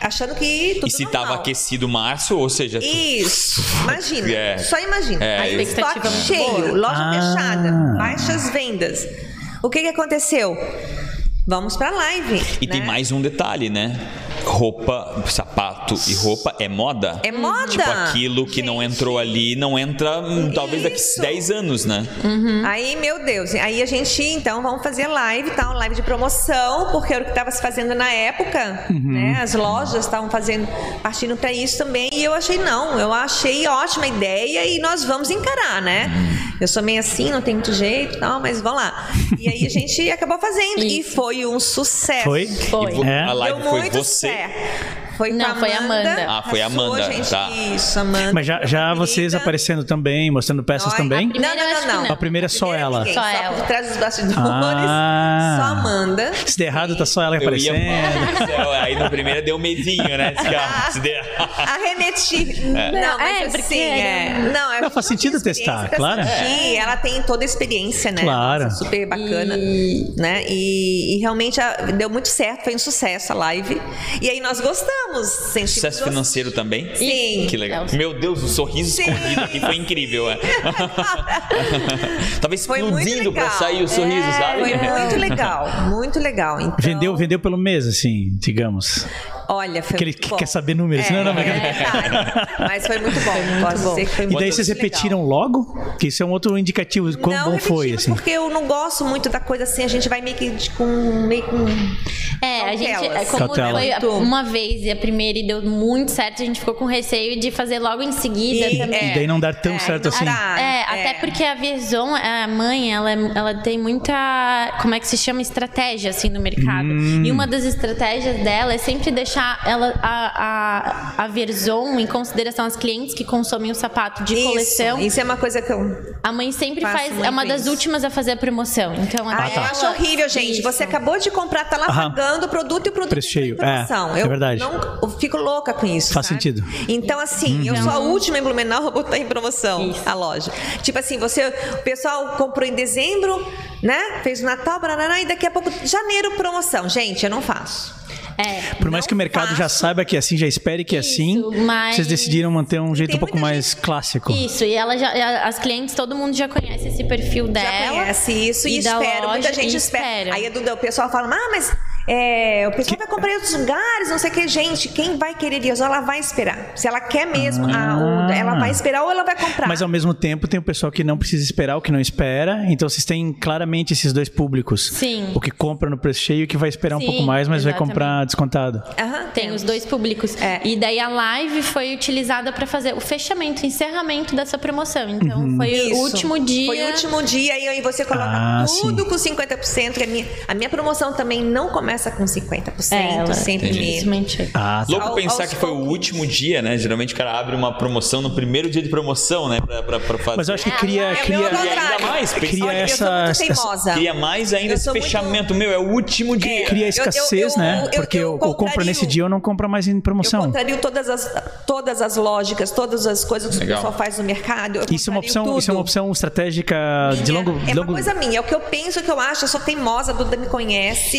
S5: achando que tudo
S4: e se
S5: normal.
S4: tava aquecido março, ou seja, tu-
S5: Isso, imagina,
S4: É.
S5: só imagina.
S4: É,
S5: A
S4: eu-
S5: estoque
S3: expectativa muito
S5: cheio,
S3: boa.
S5: loja
S1: Ah.
S5: fechada, baixas vendas. O que que aconteceu? Vamos pra live,
S4: E tem
S5: né?
S4: mais um detalhe, né? Roupa, sapato e roupa é moda.
S5: É moda.
S4: Tipo, aquilo que não entrou ali não entra hum, talvez daqui
S5: Isso. Hum.
S4: 10 anos, né?
S5: Aí, meu Deus, aí a gente, então, vamos fazer live, tá? Uma live de promoção, porque era o que estava se fazendo na época, né? As lojas estavam fazendo, partindo para isso também. E eu achei, não, eu achei ótima a ideia e nós vamos encarar, né? Eu sou meio assim, não tem muito jeito, não, mas vamos lá. E aí a gente acabou fazendo. E
S3: Isso.
S5: foi um sucesso.
S1: Foi?
S3: Foi.
S4: E vo-
S1: É.
S4: A live
S5: Deu
S4: foi
S5: muito
S4: você.
S5: certo. Foi
S3: Não,
S5: com a
S3: foi a
S5: Amanda.
S3: Amanda.
S4: Ah, foi a
S5: Arrasou,
S4: Amanda,
S5: gente.
S4: tá.
S5: Isso, Amanda.
S1: Mas já, já vocês
S5: Bonita.
S1: aparecendo também, mostrando peças
S5: Nós-
S1: também?
S5: Não, é não,
S3: Primeiro,
S5: não,
S3: acho que
S5: não.
S3: não.
S1: A primeira é só ela.
S5: ninguém,
S3: Só
S5: só
S3: ela.
S5: por trás dos bastidores.
S1: Ah.
S5: Só Amanda.
S1: Se der errado, tá só ela
S4: Eu ia.
S1: aparecendo.
S4: Mano do céu, aí na primeira deu um medinho, né? Disse que, ah, se der.
S5: Arremeti. Não, mas
S3: é,
S5: assim,
S3: porque-
S5: é. Não, é
S1: É. Não, faz sentido
S5: experiência
S1: testar,
S5: pra
S1: claro.
S5: sentir. Ela tem toda a experiência, né?
S1: Claro.
S5: Super bacana. Né? E, e realmente ah, deu muito certo, foi um sucesso a live. E aí nós gostamos. sentimos
S4: Sucesso
S5: gosto.
S4: financeiro também?
S5: Sim. É
S4: Que legal. Meu Deus, o sorriso
S5: Sim.
S4: escondido aqui foi incrível, é. Tava
S5: Foi muito
S4: explodindo pra
S5: legal.
S4: sair o sorriso,
S5: É,
S4: sabe?
S5: Foi muito legal, muito legal. Então,
S1: Vendeu, vendeu pelo mês, assim, digamos.
S5: Olha, foi
S1: Aquele
S5: muito
S1: que
S5: bom.
S1: quer saber números.
S5: É,
S1: Não, não, mas-
S5: é verdade. Mas foi muito bom. posso dizer que foi
S1: E
S5: muito
S1: daí vocês
S5: legal.
S1: repetiram logo? Que isso é um outro indicativo de quão
S5: não,
S1: bom foi,
S5: repetimos
S1: assim.
S5: Porque eu não gosto muito da coisa assim, a gente vai meio que de- com. Meio com...
S3: É, a gente,
S5: Cautelas.
S3: é, como
S1: Cautela.
S3: foi a- uma vez e a primeira e deu muito certo, a gente ficou com receio de fazer logo em seguida
S5: E-
S3: também.
S5: é.
S1: E daí não dar tão
S5: É,
S1: certo
S5: não
S1: assim.
S5: dá.
S3: É,
S5: É.
S3: até porque a Verzon, a mãe, ela, é- ela tem muita, como é que se chama, estratégia, assim, no mercado.
S1: Hum.
S3: E uma das estratégias dela é sempre deixar ela, a, a, a Verzon em consideração as clientes que consomem o sapato de
S5: Isso,
S3: coleção.
S5: Isso é uma coisa que eu.
S3: A mãe sempre
S5: Faço
S3: faz, é
S5: muito
S3: uma das
S5: isso.
S3: últimas a fazer a promoção. Então,
S5: Ah,
S3: até
S5: Eu
S3: ela-
S5: acho horrível, gente.
S3: Isso.
S5: Você acabou de comprar, tá lá
S1: tá. Aham.
S5: pagando o produto e o produto
S1: Preço
S5: não tem
S1: cheio,
S5: promoção.
S1: é, é
S5: eu
S1: verdade.
S5: Não, eu fico louca com isso.
S1: Faz
S5: sabe?
S1: sentido.
S5: Então, assim,
S3: Uhum.
S5: eu sou a última em Blumenau a botar em promoção a loja. Tipo assim, você, o pessoal comprou em dezembro, né? Fez o Natal, barará, e daqui a pouco, janeiro, promoção. Gente, eu não faço.
S3: É.
S1: Por mais
S5: Não
S1: que o mercado já
S5: faço.
S1: saiba que é assim, já espere que é assim,
S3: Isso, mas-
S1: vocês decidiram manter um jeito um
S5: Tem
S1: pouco
S5: muita
S1: mais clássico.
S3: Isso, e ela já, a- as clientes, todo mundo já conhece esse perfil
S5: Já
S3: dela.
S5: conhece isso e,
S3: e da
S5: espera.
S3: loja,
S5: Muita gente
S3: e
S5: espera.
S3: espera.
S5: Aí é Duda, o pessoal fala, ah, mas é, o pessoal vai comprar em outros lugares, não sei o que. Gente, quem vai querer Liazol, ela vai esperar. Se ela quer mesmo, a-
S4: Ah.
S5: o- ela vai esperar ou ela vai comprar.
S1: Mas ao mesmo tempo tem o pessoal que não precisa esperar, o que não espera. Então vocês têm claramente esses dois públicos.
S3: Sim.
S1: O que compra no preço cheio e o que vai esperar um
S3: Sim,
S1: pouco mais, mas vai
S3: exatamente.
S1: comprar descontado.
S5: Aham,
S3: Tem os dois públicos.
S5: É.
S3: E daí a live foi utilizada para fazer o fechamento, o encerramento dessa promoção. Então
S1: Uhum.
S3: foi
S5: Isso.
S3: o último dia.
S5: Foi o último dia e aí você coloca
S1: Ah,
S5: tudo com 50%. Que a, minha, a minha promoção também não começa com 50%,
S3: É, ela-
S5: sempre mesmo.
S3: Infelizmente.
S1: Ah, tá.
S4: Louco
S5: Ao-
S4: pensar
S5: aos
S4: que foi o
S5: poucos.
S4: último dia, né? Geralmente o cara abre uma promoção no primeiro dia de promoção, né? Pra, pra, pra fazer.
S1: Mas eu acho que
S3: É,
S1: cria.
S5: é o
S1: cria...
S5: meu
S4: E ainda
S5: Contrário.
S4: mais, pensa-
S1: Cria
S5: Olha, eu sou
S1: essa-
S5: muito
S1: essa-
S5: teimosa.
S4: Cria mais ainda
S5: Eu
S4: esse
S5: sou muito-
S4: fechamento. Meu, é o último dia.
S1: cria a
S5: Eu- eu-
S1: escassez,
S5: eu-
S1: né?
S5: eu- eu
S1: Porque eu, eu compro
S5: compraria
S1: nesse
S5: o-
S1: dia, eu não compro mais em
S5: Eu
S1: promoção.
S5: contrario todas as, todas as lógicas, todas as coisas que
S4: Legal.
S5: o pessoal faz no mercado. eu
S1: Isso é uma
S5: contrario
S1: opção, isso é uma
S5: tudo.
S1: opção estratégica de longo,
S5: É
S1: longo...
S5: uma coisa minha, é o que eu penso, o que eu acho, eu sou teimosa, a Duda me conhece.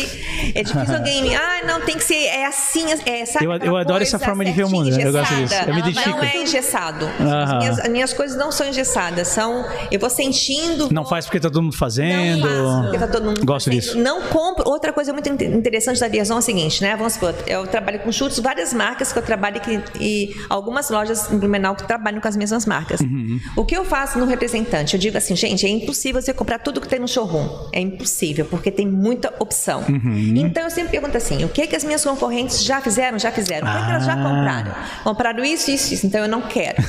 S5: É difícil alguém me. Ah, não, tem que ser. É assim, é, sabe?
S1: Eu- eu
S5: aquela
S1: adoro essa
S5: coisa
S1: forma de ver o
S5: certinha,
S1: mundo, né? eu gosto
S5: engessada.
S1: disso, eu
S3: me
S5: Ela
S3: identifico.
S5: Não é engessado.
S1: Aham.
S5: As, minhas, as minhas coisas não são engessadas, são. Eu vou sentindo.
S1: Não
S5: vou-
S1: faz porque tá todo mundo
S5: não
S1: fazendo.
S5: faço, porque tá todo mundo
S1: Gosto
S5: fazendo.
S1: disso.
S5: Não compro. Outra coisa muito inte- interessante da Liaison é o seguinte, né? Vamos supor, eu trabalho com chutes, várias marcas que eu trabalho que- e algumas lojas em Blumenau que trabalham com as mesmas marcas.
S1: Uhum,
S5: O que eu faço no representante? Eu digo assim, gente, é impossível você comprar tudo que tem no showroom. É impossível, porque tem muita opção.
S1: Uhum,
S5: Então eu sempre pergunto assim, o que que as minhas concorrentes já fizeram? Já fizeram. O que, que elas já
S1: Ah.
S5: compraram? Compraram isso, isso, isso. Então eu não quero.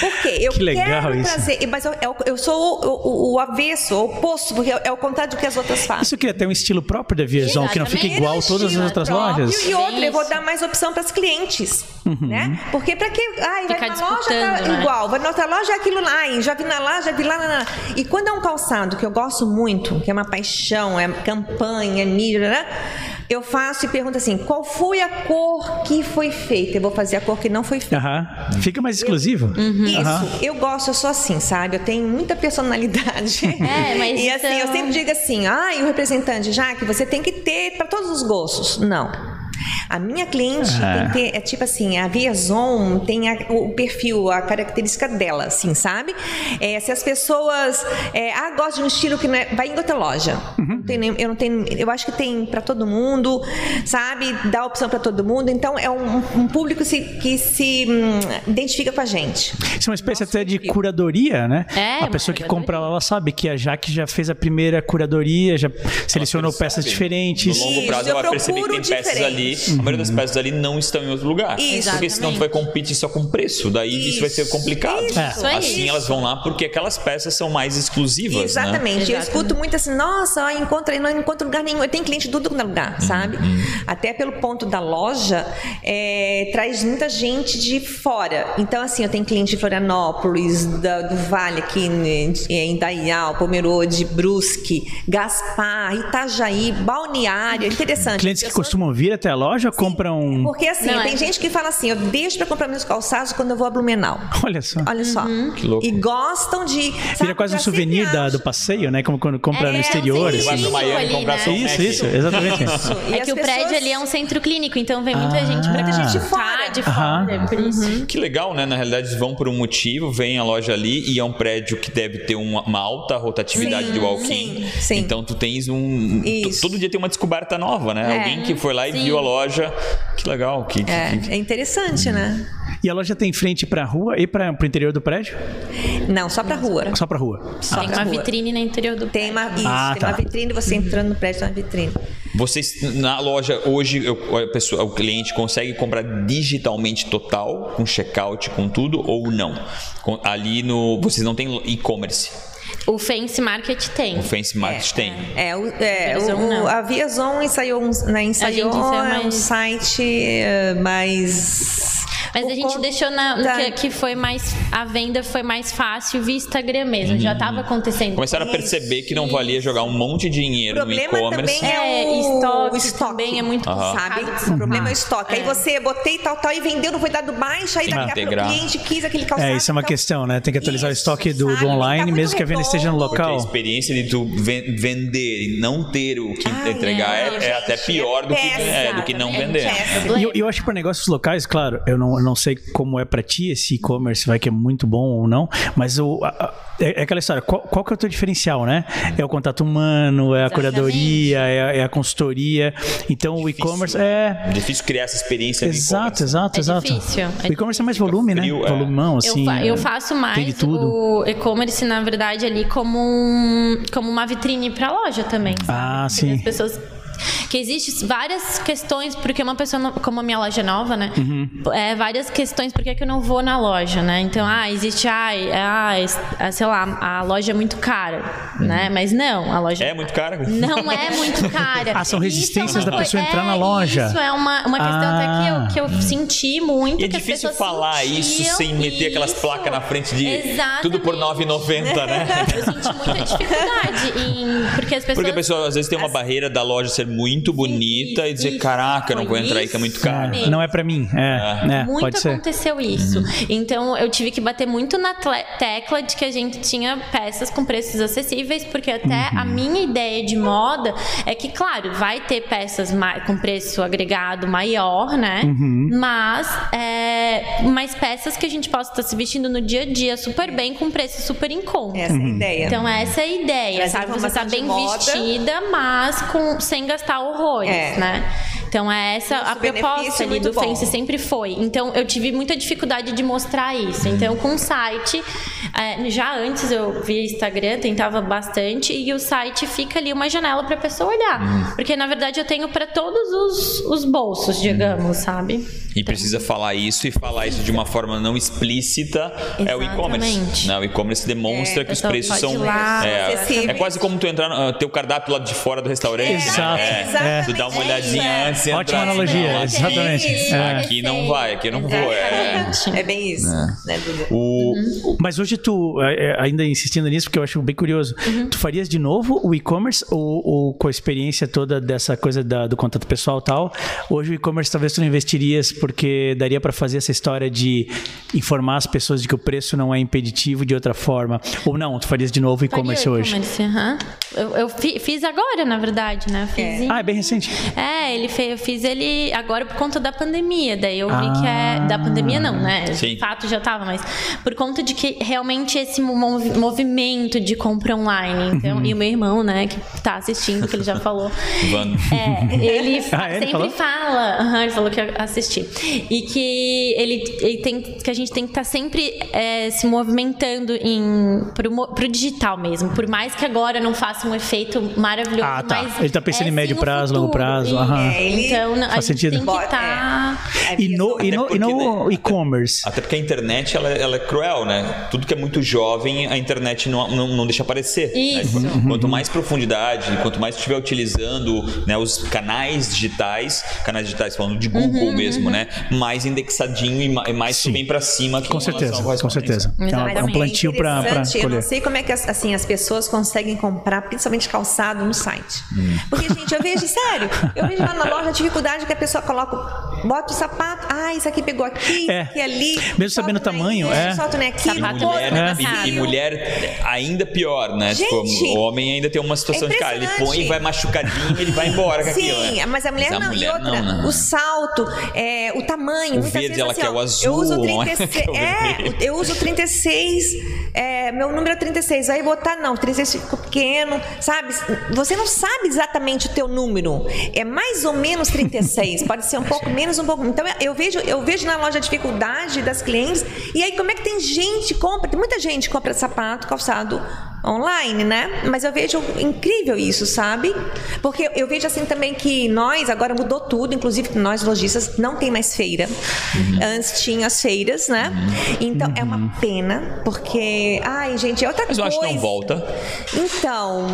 S5: Por quê? Eu
S1: Que legal
S5: quero
S1: isso.
S5: trazer. Mas eu, é eu- eu sou o, o- o avesso, o oposto, porque é o contrário do que as outras fazem. é
S1: Isso cria até um estilo próprio da Vierzon, que não fica É
S3: Exatamente. é um
S1: igual todas as
S3: Estilo
S1: outras
S3: próprio.
S1: lojas. Uhum.
S5: E outra, eu vou
S3: Isso.
S5: dar mais opção para as clientes, né? Porque para que, ai,
S3: Ficar
S5: vai numa loja tá
S3: disputando, né?
S5: igual, vai na outra loja é aquilo lá, ai, já vi na lá, já vi lá, lá, lá. E quando é um calçado que eu gosto muito, que é uma paixão, é campanha, é mídia, né? Eu faço e pergunto assim, qual foi a cor que foi feita? Eu vou fazer a cor que não foi feita.
S1: Aham. Fica mais exclusivo.
S3: Uhum.
S5: Isso,
S1: Aham.
S5: eu gosto, eu sou assim, sabe? Eu tenho muita personalidade.
S3: É, mas
S5: E assim,
S3: então-
S5: eu sempre digo assim: ah, e o representante, já que você tem que ter para todos os gostos. Não. A minha cliente
S1: Ah.
S5: tem que ter, é tipo assim, a Viazon tem a- o perfil, a característica dela, assim, sabe? É, se as pessoas, é, ah, gosta de um estilo que não é, vai em outra loja.
S3: Uhum.
S5: Não tem nem- eu não tenho, eu acho que tem para todo mundo, sabe? Dá opção para todo mundo. Então é um, um público se- que se hum, identifica com a gente.
S1: Isso é uma espécie até de curadoria, né?
S3: É,
S1: a
S3: uma
S1: pessoa que
S3: curadoria.
S1: compra lá, ela sabe que a Jaque já fez a primeira curadoria, já selecionou
S4: percebe.
S1: peças
S4: No
S1: diferentes.
S4: longo prazo,
S5: eu
S4: ela vai perceber que tem
S5: procuro
S4: peças ali.
S5: diferente.
S4: A maioria das peças ali não estão em outro lugar.
S5: Isso.
S4: Porque senão tu vai competir só com preço. Daí isso, vai ser
S5: Isso,
S4: complicado.
S5: isso.
S1: É. Isso
S3: aí.
S4: Assim elas vão lá porque aquelas peças são mais exclusivas. Né?
S5: Exatamente. Eu
S3: Exatamente.
S5: escuto muito assim, nossa, ó, encontra aí, não encontro lugar nenhum. Eu tenho cliente de tudo quanto é lugar, sabe?
S1: Uhum.
S5: Até pelo ponto da loja, é, traz muita gente de fora. Então, assim, eu tenho cliente de Florianópolis, da- do Vale aqui, né, de- em Daial, Pomerode, Brusque, Gaspar, Itajaí, Balneário. É Interessante.
S1: Clientes que
S5: Pessoas-
S1: costumam vir até a loja compram. um
S5: Porque assim,
S3: Não,
S5: tem
S3: é.
S5: gente que fala assim, eu deixo pra comprar meus calçados quando eu vou a Blumenau.
S1: Olha só.
S5: Olha só.
S3: Uhum.
S4: louco.
S5: E gostam de. sabe,
S1: Vira quase um
S5: eu sempre
S1: souvenir da-
S5: acho-
S1: do passeio, né? Como quando compra
S3: É,
S1: no
S3: é um
S1: exterior.
S4: Vai
S3: sentido.
S1: assim.
S4: pro
S3: Isso
S4: Miami
S3: ali,
S4: comprar um
S3: né?
S4: São
S1: Isso,
S4: Max.
S1: isso, exatamente.
S5: Isso. E
S3: É
S5: as
S3: que o
S5: pessoas-
S3: prédio ali é um centro clínico, então vem muita
S1: Ah.
S3: gente pra
S1: Muita gente de
S5: fora. Uhum.
S3: Tá, de
S1: Aham.
S3: fora. por isso.
S4: Que legal, né? Na realidade, eles vão por um motivo, vem a loja ali e é um prédio que deve ter uma, uma alta rotatividade
S5: Sim,
S4: do walk-in.
S5: sim, sim.
S4: Então, tu tens um. tu-
S5: Isso.
S4: Todo dia tem uma descoberta nova, né?
S5: É.
S4: Alguém que foi lá e viu a loja. Que legal. Que, que- que-
S5: É, é interessante, né?
S1: E a loja tem frente pra rua e para pro interior do prédio?
S5: Não, só pra rua.
S1: Só pra rua.
S5: Só
S3: Tem
S5: pra
S3: uma
S5: rua.
S3: vitrine no interior do
S5: Tem uma, isso,
S1: Ah,
S5: tem
S1: tá.
S5: uma vitrine, você entrando no prédio, tem uma vitrine.
S4: Vocês, na loja, hoje eu- a pessoa- o cliente consegue comprar digitalmente total, com checkout, com tudo, ou não? Com- ali no. Vocês não têm e-commerce.
S3: O Fence Market tem.
S4: O Fence Market tem.
S5: É, o, é,
S3: Viazon,
S5: o-
S3: não.
S5: a Viazon ensaiou, um, né, ensaiou
S3: ensaiou
S5: é um
S3: mais-
S1: Um
S5: site é, mais...
S3: Mas
S5: Por
S3: a gente
S5: conta-
S3: deixou na, no que, que foi mais. A venda foi mais fácil via Instagram mesmo.
S1: Uhum.
S3: Já tava acontecendo.
S4: Começaram a perceber que não valia jogar um monte de dinheiro no
S5: problema
S4: e-commerce.
S5: também é,
S3: É,
S5: o
S3: estoque
S5: o estoque
S3: também é muito
S5: sabe?
S3: complicado de
S5: O
S3: saber.
S5: problema é o estoque. Aí
S3: É.
S5: você botei tal, tal e vendeu, não foi dado baixo, aí
S4: Tem que
S5: daqui a pouco o
S4: integrar.
S5: cliente quis aquele calçado.
S1: É, isso é uma
S5: tal.
S1: questão, né? Tem que atualizar
S5: Isso,
S1: o estoque do, do
S5: sabe? Tá
S1: online,
S5: muito
S1: mesmo que a venda esteja no
S5: redondo.
S4: Porque a
S1: local.
S4: experiência de tu ven- vender e não ter o que
S5: Ai,
S4: entregar
S5: é,
S4: é, é
S5: gente,
S4: até pior do, que,
S5: péssimo,
S4: é, do que não
S5: exatamente,
S4: vender.
S5: péssimo.
S1: E eu, eu acho que para negócios locais, claro, eu não, eu não sei como é para ti esse e-commerce, vai que é muito bom ou não, mas o, a- a- é, é aquela história, qual, qual que é o teu diferencial, né? É o contato humano, é a curadoria, é a, é a consultoria. Então o e-commerce é.
S4: Difícil criar essa experiência no
S1: Exato,
S4: e-commerce.
S1: exato,
S3: né? É
S1: exato.
S3: difícil, é
S1: o e-commerce é mais volume, né?
S4: frio, é.
S1: Volumão,
S3: Eu,
S1: assim.
S3: fa-
S1: é.
S3: eu faço
S1: Tem de
S3: mais
S1: tudo.
S3: o e-commerce, na verdade, ali como, um- como uma vitrine para loja também. sabe?
S1: Ah,
S3: Porque
S1: sim.
S3: As pessoas. Que existem várias questões, porque uma pessoa, não- como a minha loja é nova, né?
S1: Uhum.
S3: É, várias questões, por que que eu não vou na loja, né? Então, ah, existe, ai, ah, es- ah, sei lá, a loja é muito cara,
S1: Uhum.
S3: né? Mas não, a loja
S4: É muito caro?
S3: não é muito cara.
S1: Ah, são
S3: Isso é uma
S1: resistências da
S3: coi-
S1: pessoa entrar
S3: é,
S1: na loja.
S3: Isso é uma, uma questão
S1: Ah.
S3: até que eu, que eu senti muito.
S4: E é
S3: que as
S4: difícil
S3: pessoas
S4: falar isso
S3: sentiam
S4: sem meter aquelas
S3: isso.
S4: placas na frente de
S3: Exatamente.
S4: tudo por 9,90, né?
S3: Eu senti muita dificuldade em. Porque as pessoas.
S4: Porque a pessoa às vezes tem uma barreira da loja ser muito bonita e dizer,
S3: isso,
S4: caraca, eu não
S3: foi
S4: vou entrar aí que é muito
S3: isso
S4: caro.
S3: mesmo.
S1: É, não é para mim, é. é,
S3: muito
S1: pode ser.
S3: aconteceu isso. Então eu tive que bater muito na tle- tecla de que a gente tinha peças com preços acessíveis, porque até a minha ideia de moda é que, claro, vai ter peças ma- com preço agregado maior, né?
S1: Uhum.
S3: Mas, é, mas peças que a gente possa estar se vestindo no dia a dia super bem, com preço super em conta.
S5: Essa é
S1: Uhum.
S5: a ideia.
S3: Então essa é a ideia,
S5: Essa
S3: sabe? Você
S5: informação
S3: tá
S5: de
S3: bem
S5: moda.
S3: vestida, mas com, sem gastar horrores,
S5: É.
S3: né? Então é essa a
S5: benefício
S3: proposta
S5: é
S3: ali
S5: muito
S3: do
S5: bom.
S3: Fence sempre foi. Então eu tive muita dificuldade de mostrar isso.
S5: Uhum.
S3: Então com o site, é, já antes eu via Instagram, tentava bastante e o site fica ali uma janela para pessoa
S5: Uhum.
S3: olhar, porque na verdade eu tenho para todos os, os bolsos,
S5: Uhum.
S3: digamos, sabe?
S4: E precisa falar isso e falar isso de uma forma não explícita é o e-commerce.
S3: Exatamente.
S4: né? O e-commerce demonstra que os
S3: então
S4: preços
S3: pode
S4: são
S3: ir lá,
S4: é,
S5: acessíveis.
S4: é quase como tu entrar no teu cardápio lá de fora do restaurante,
S1: Exato,
S4: né?
S5: é.
S4: Tu dá uma
S5: É
S4: olhadinha
S5: isso, é.
S4: antes, e entra
S1: Ótima
S4: assim,
S1: analogia,
S3: Então,
S4: não,
S1: exatamente.
S4: Aqui,
S1: É.
S4: aqui não vai, aqui eu não vou. É.
S5: É bem isso. Né, Duda?
S4: O,
S3: Uhum.
S1: Mas hoje tu, é, é, ainda insistindo nisso, porque eu acho bem curioso,
S5: Uhum.
S1: tu farias de novo o e-commerce ou, ou com a experiência toda dessa coisa da- do contato pessoal e tal? Hoje o e-commerce talvez tu não investirias porque daria pra fazer essa história de informar as pessoas de que o preço não é impeditivo de outra forma. Ou não, tu farias de
S3: Tá
S1: novo o e-commerce
S3: Faria
S1: hoje?
S3: e-commerce, aham. Eu, eu fi- fiz agora, na verdade, né? Fiz em-
S1: Ah, é bem recente.
S3: É, ele fez, eu fiz ele agora por conta da pandemia. Daí eu
S1: Ah.
S3: vi que é. Da pandemia não, né?
S4: Sim.
S3: De fato já tava, mas por conta de que realmente esse mov- movimento de compra online. Então,
S1: Uhum.
S3: e o meu irmão, né, que tá assistindo, que ele já falou.
S4: Vando.
S3: É, ele fa-
S1: Ah, ele
S3: sempre
S1: falou?
S3: fala. Aham, ele falou que eu assisti. E que ele, ele tem que a gente tem que estar sempre é, se movimentando em, pro, mo- pro digital mesmo. Por mais que agora não faça um efeito maravilhoso.
S1: Ah, tá.
S3: mas
S1: Ele tá pensando em
S3: é
S1: médio
S3: sim o
S1: prazo, longo
S3: futuro.
S1: prazo,
S3: E-
S1: aham.
S5: É, ele-
S3: Então, não- a
S1: Faz
S3: gente
S1: sentido.
S3: tem que tá
S5: Bota-
S3: estar.
S5: é. É
S1: E no, e no, e
S4: Até porque,
S1: no
S4: né?
S1: e-commerce?
S4: Até porque a internet ela, ela é cruel, né? Tudo que é muito jovem, a internet não, não, não deixa aparecer. né?
S3: Isso.
S5: Uhum.
S4: Quanto mais profundidade, quanto mais tu estiver utilizando né, os canais digitais, canais digitais falando de Google
S5: Uhum,
S4: mesmo, né? Mais indexadinho e ma- e mais tu
S1: Sim.
S4: vem pra cima. que
S1: Com
S4: em relação
S1: certeza,
S4: ao resto
S1: com
S4: da
S1: certeza. É uma-
S5: Mas
S1: É um
S5: também
S1: plantio pra, pra
S5: interessante, Eu
S1: colher.
S5: não sei como é que as, assim, as pessoas conseguem comprar, principalmente calçado, no site. Porque, gente, eu vejo, sério, eu vejo lá na loja a dificuldade que a pessoa coloca, bota o sapato, ah, isso aqui pegou aqui,
S1: É.
S5: aqui ali.
S1: Mesmo
S5: solta
S1: sabendo o
S5: na
S1: tamanho,
S5: igreja,
S1: é.
S5: Solta né, o nequinho,
S4: E
S3: Sapato
S4: mulher,
S3: é
S4: e- e,
S3: engraçado.
S4: mulher ainda pior, né?
S5: né, Gente, É
S4: tipo, o homem ainda tem uma situação de cara, ele põe
S5: impressionante.
S4: e vai machucadinho e ele vai embora com aquilo.
S5: Sim,
S4: né?
S5: mas a mulher
S4: Mas a
S5: não.
S4: mulher
S5: e outra,
S4: não, né?
S5: o salto, é, o tamanho. muitas
S4: verde,
S5: vezes,
S4: ela
S5: assim,
S4: quer
S5: ó,
S4: o azul,
S5: Eu uso
S4: não é?
S5: 36.
S4: Quer o vermelho.
S5: É, eu uso 36. é, meu número é 36. Aí botar, não, 36 ficou pequeno, sabe? Você não sabe exatamente o teu número. É mais ou menos 36. pode ser um pouco menos, um pouco. Então, eu vejo, eu vejo na loja a dificuldade das clientes. E aí, como é que tem gente que compra? Tem muita gente que compra sapato, calçado online, né? Mas eu vejo incrível isso, sabe? Porque eu vejo assim também que nós agora mudou tudo, inclusive nós lojistas não tem mais feira.
S4: Uhum.
S5: Antes tinha as feiras, né? Então é uma pena, porque ai, gente, é outra
S4: Mas eu
S5: coisa.
S4: acho que não volta.
S5: Então,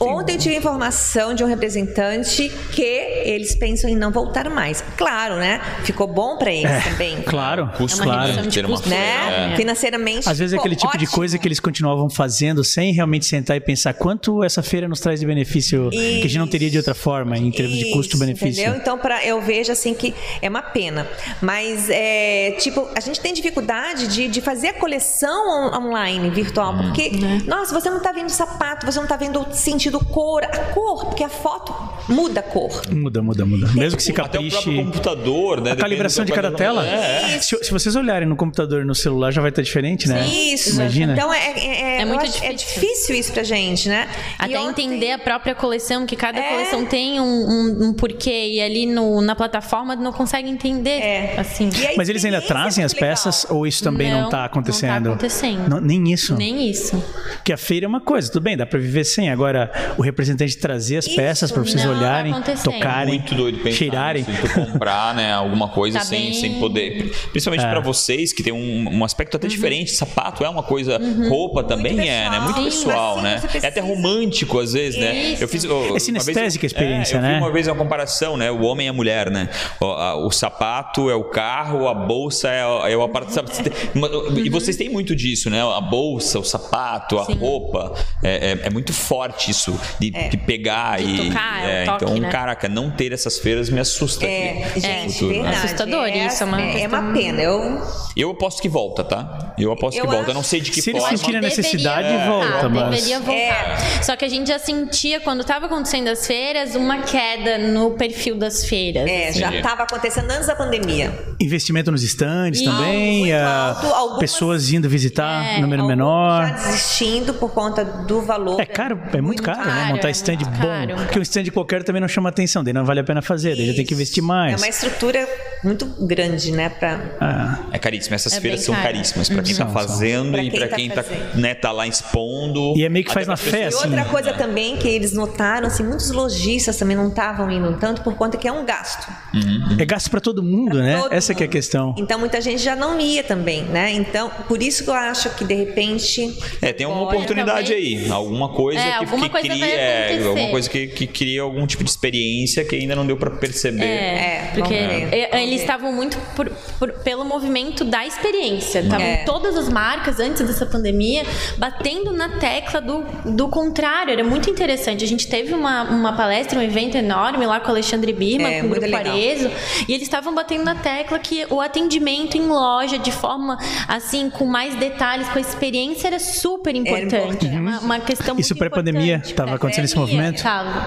S5: Ontem tive informação de um representante que eles pensam em não voltar mais. Claro, né? Ficou bom para eles também.
S1: Claro,
S5: É
S4: Custo,
S1: claro.
S3: redução de
S4: Ter uma
S3: custo,
S5: Né?
S4: É.
S5: Financeiramente.
S1: Às vezes é
S5: ficou
S1: aquele tipo de
S5: ótimo.
S1: coisa que eles continuavam fazendo sem realmente sentar e pensar quanto essa feira nos traz de benefício que a gente não teria de outra forma em termos de
S5: Isso,
S1: custo-benefício.
S5: Entendeu? Então, pra, eu vejo assim que é uma pena. Mas, é, tipo, a gente tem dificuldade de, de fazer a coleção on- online, virtual,
S1: Hum.
S5: porque,
S3: Né?
S5: nossa, você não tá vendo sapato, você não tá vendo sentido cor, a cor, porque a foto muda a cor.
S1: Muda, muda, muda. Mesmo que se
S4: Até o
S1: capriche.
S4: próprio computador, né?
S1: A
S4: depende
S1: calibração
S4: do
S1: de cada
S4: computador.
S1: tela.
S4: É, é.
S1: Se, se vocês olharem no computador e no celular, já vai estar diferente, né?
S5: Isso.
S1: Imagina.
S5: Então, é, é,
S3: É
S5: eu
S3: muito
S5: acho- é
S3: difícil.
S5: difícil isso pra gente, né? E
S3: Até
S5: ontem-
S3: entender a própria coleção, que cada
S5: É.
S3: coleção tem um, um- um porquê e ali no- na plataforma não consegue entender.
S5: É.
S3: Assim.
S5: E a
S1: Mas eles ainda
S5: experiência
S1: trazem
S5: é
S1: as
S5: muito legal.
S1: peças ou isso também não
S3: Não,
S1: está
S3: não tá
S1: acontecendo?
S3: acontecendo.
S1: Não- nem isso.
S3: Nem isso.
S1: Porque a feira é uma coisa, tudo bem, dá pra viver sem. Agora, o representante trazer as
S5: Isso,
S1: peças pra vocês
S3: não tá
S1: olharem,
S3: acontecendo.
S1: tocarem,
S4: muito doido pensar
S1: cheirarem.
S4: nisso, de tu comprar né alguma coisa
S3: Tá
S4: sem,
S3: bem- Uhum.
S4: sem poder principalmente
S1: É.
S4: pra vocês que tem um, um aspecto até diferente sapato é uma coisa roupa também é né
S5: pessoal.
S4: muito
S5: Sim,
S4: pessoal
S5: assim
S4: né é
S5: você
S4: até
S5: precisa.
S4: romântico às vezes né
S3: Isso.
S4: eu fiz eu- uma vez eu-
S1: sinestésica a experiência,
S4: é, eu
S1: né?
S4: vi uma vez uma comparação né o homem e a mulher né o, a- o sapato é o carro a bolsa é, o- é o apartamento sabe? Uma- e vocês têm muito disso né a bolsa o sapato a
S3: Uhum. Sim. É.
S4: roupa é, é- é muito forte isso de, de pegar
S3: De
S4: e
S3: tocar, é o
S4: é,
S3: toque,
S4: então
S3: né?
S4: Caraca, não ter essas feiras me assusta.
S5: É,
S4: aqui.
S5: gente,
S4: Futuro, né?
S5: verdade.
S3: Assustador isso, é uma
S5: é uma
S3: questão-
S5: pena. Eu
S4: Eu aposto que volta, tá? Eu aposto
S5: Eu
S4: que volta.
S5: acho-
S4: Eu não sei de que
S1: Se eles
S4: forma.
S1: sentirem a
S3: Deveria
S1: necessidade,
S3: voltar,
S1: volta, mas.
S3: Deveria voltar. Só que a gente já sentia, quando estava acontecendo as feiras, uma queda no perfil das feiras.
S5: É, já
S4: Entendi.
S5: estava acontecendo antes da pandemia.
S1: Investimento nos estandes também,
S5: muito
S1: ah,
S5: alto, algumas-
S1: pessoas indo visitar,
S3: É,
S1: número
S5: Alguns
S1: menor.
S5: Já desistindo por conta do valor.
S1: É caro, é muito caro, né?
S3: caro,
S1: Montar
S3: é
S1: stand
S3: muito
S1: bom.
S3: caro.
S1: Porque um stand qualquer também não chama atenção, daí não vale a pena fazer, daí já tem que investir
S5: É
S1: mais.
S5: uma estrutura muito grande, né? Pra...
S1: Ah.
S4: É caríssimo. Essas
S3: É
S4: feiras
S3: bem
S4: são
S3: caro.
S4: caríssimas pra quem tá
S1: São, são.
S4: fazendo
S5: Pra
S4: e
S5: quem
S4: pra
S5: tá
S4: quem tá,
S5: fazendo.
S4: né, tá lá expondo.
S1: E é meio que
S4: Até
S1: faz na
S4: pra pessoa-
S1: fé,
S5: E
S1: assim.
S5: outra coisa também que eles notaram, assim, muitos lojistas também não estavam indo tanto por conta que é um gasto.
S1: É gasto pra todo mundo, né?
S5: Todo
S1: Essa que é a
S5: mundo.
S1: questão.
S5: Então muita gente já não ia também, né? Então, por isso que eu acho que de repente
S1: né?
S4: É, tem uma
S3: Olha,
S4: oportunidade
S3: talvez.
S4: aí. Alguma coisa
S3: É,
S4: que,
S3: alguma
S4: que
S3: coisa vai
S4: cria. é,
S3: acontecer.
S4: alguma coisa que, que cria algum tipo de experiência que ainda não deu pra perceber.
S5: É,
S3: porque
S5: vamos ver,
S3: e-
S5: vamos ver.
S3: eles estavam muito por- por- pelo movimento da experiência. Estavam
S5: É.
S3: todas as marcas, antes dessa pandemia, batendo na tecla do, do contrário. Era muito interessante. A gente teve uma, uma palestra, um evento enorme lá com o Alexandre Birma,
S5: É,
S3: com o
S5: muito
S3: Grupo
S5: legal.
S3: Arezo, e eles estavam batendo na tecla que o atendimento em loja, de forma assim, com mais detalhes, com a experiência, era super importante. Era
S5: importante.
S3: uma, uma questão
S1: Uhum. Isso
S3: muito
S1: pré-pandemia,
S3: importante.
S1: tava acontecendo esse
S3: Pré-pandemia,
S1: movimento?
S3: Tava.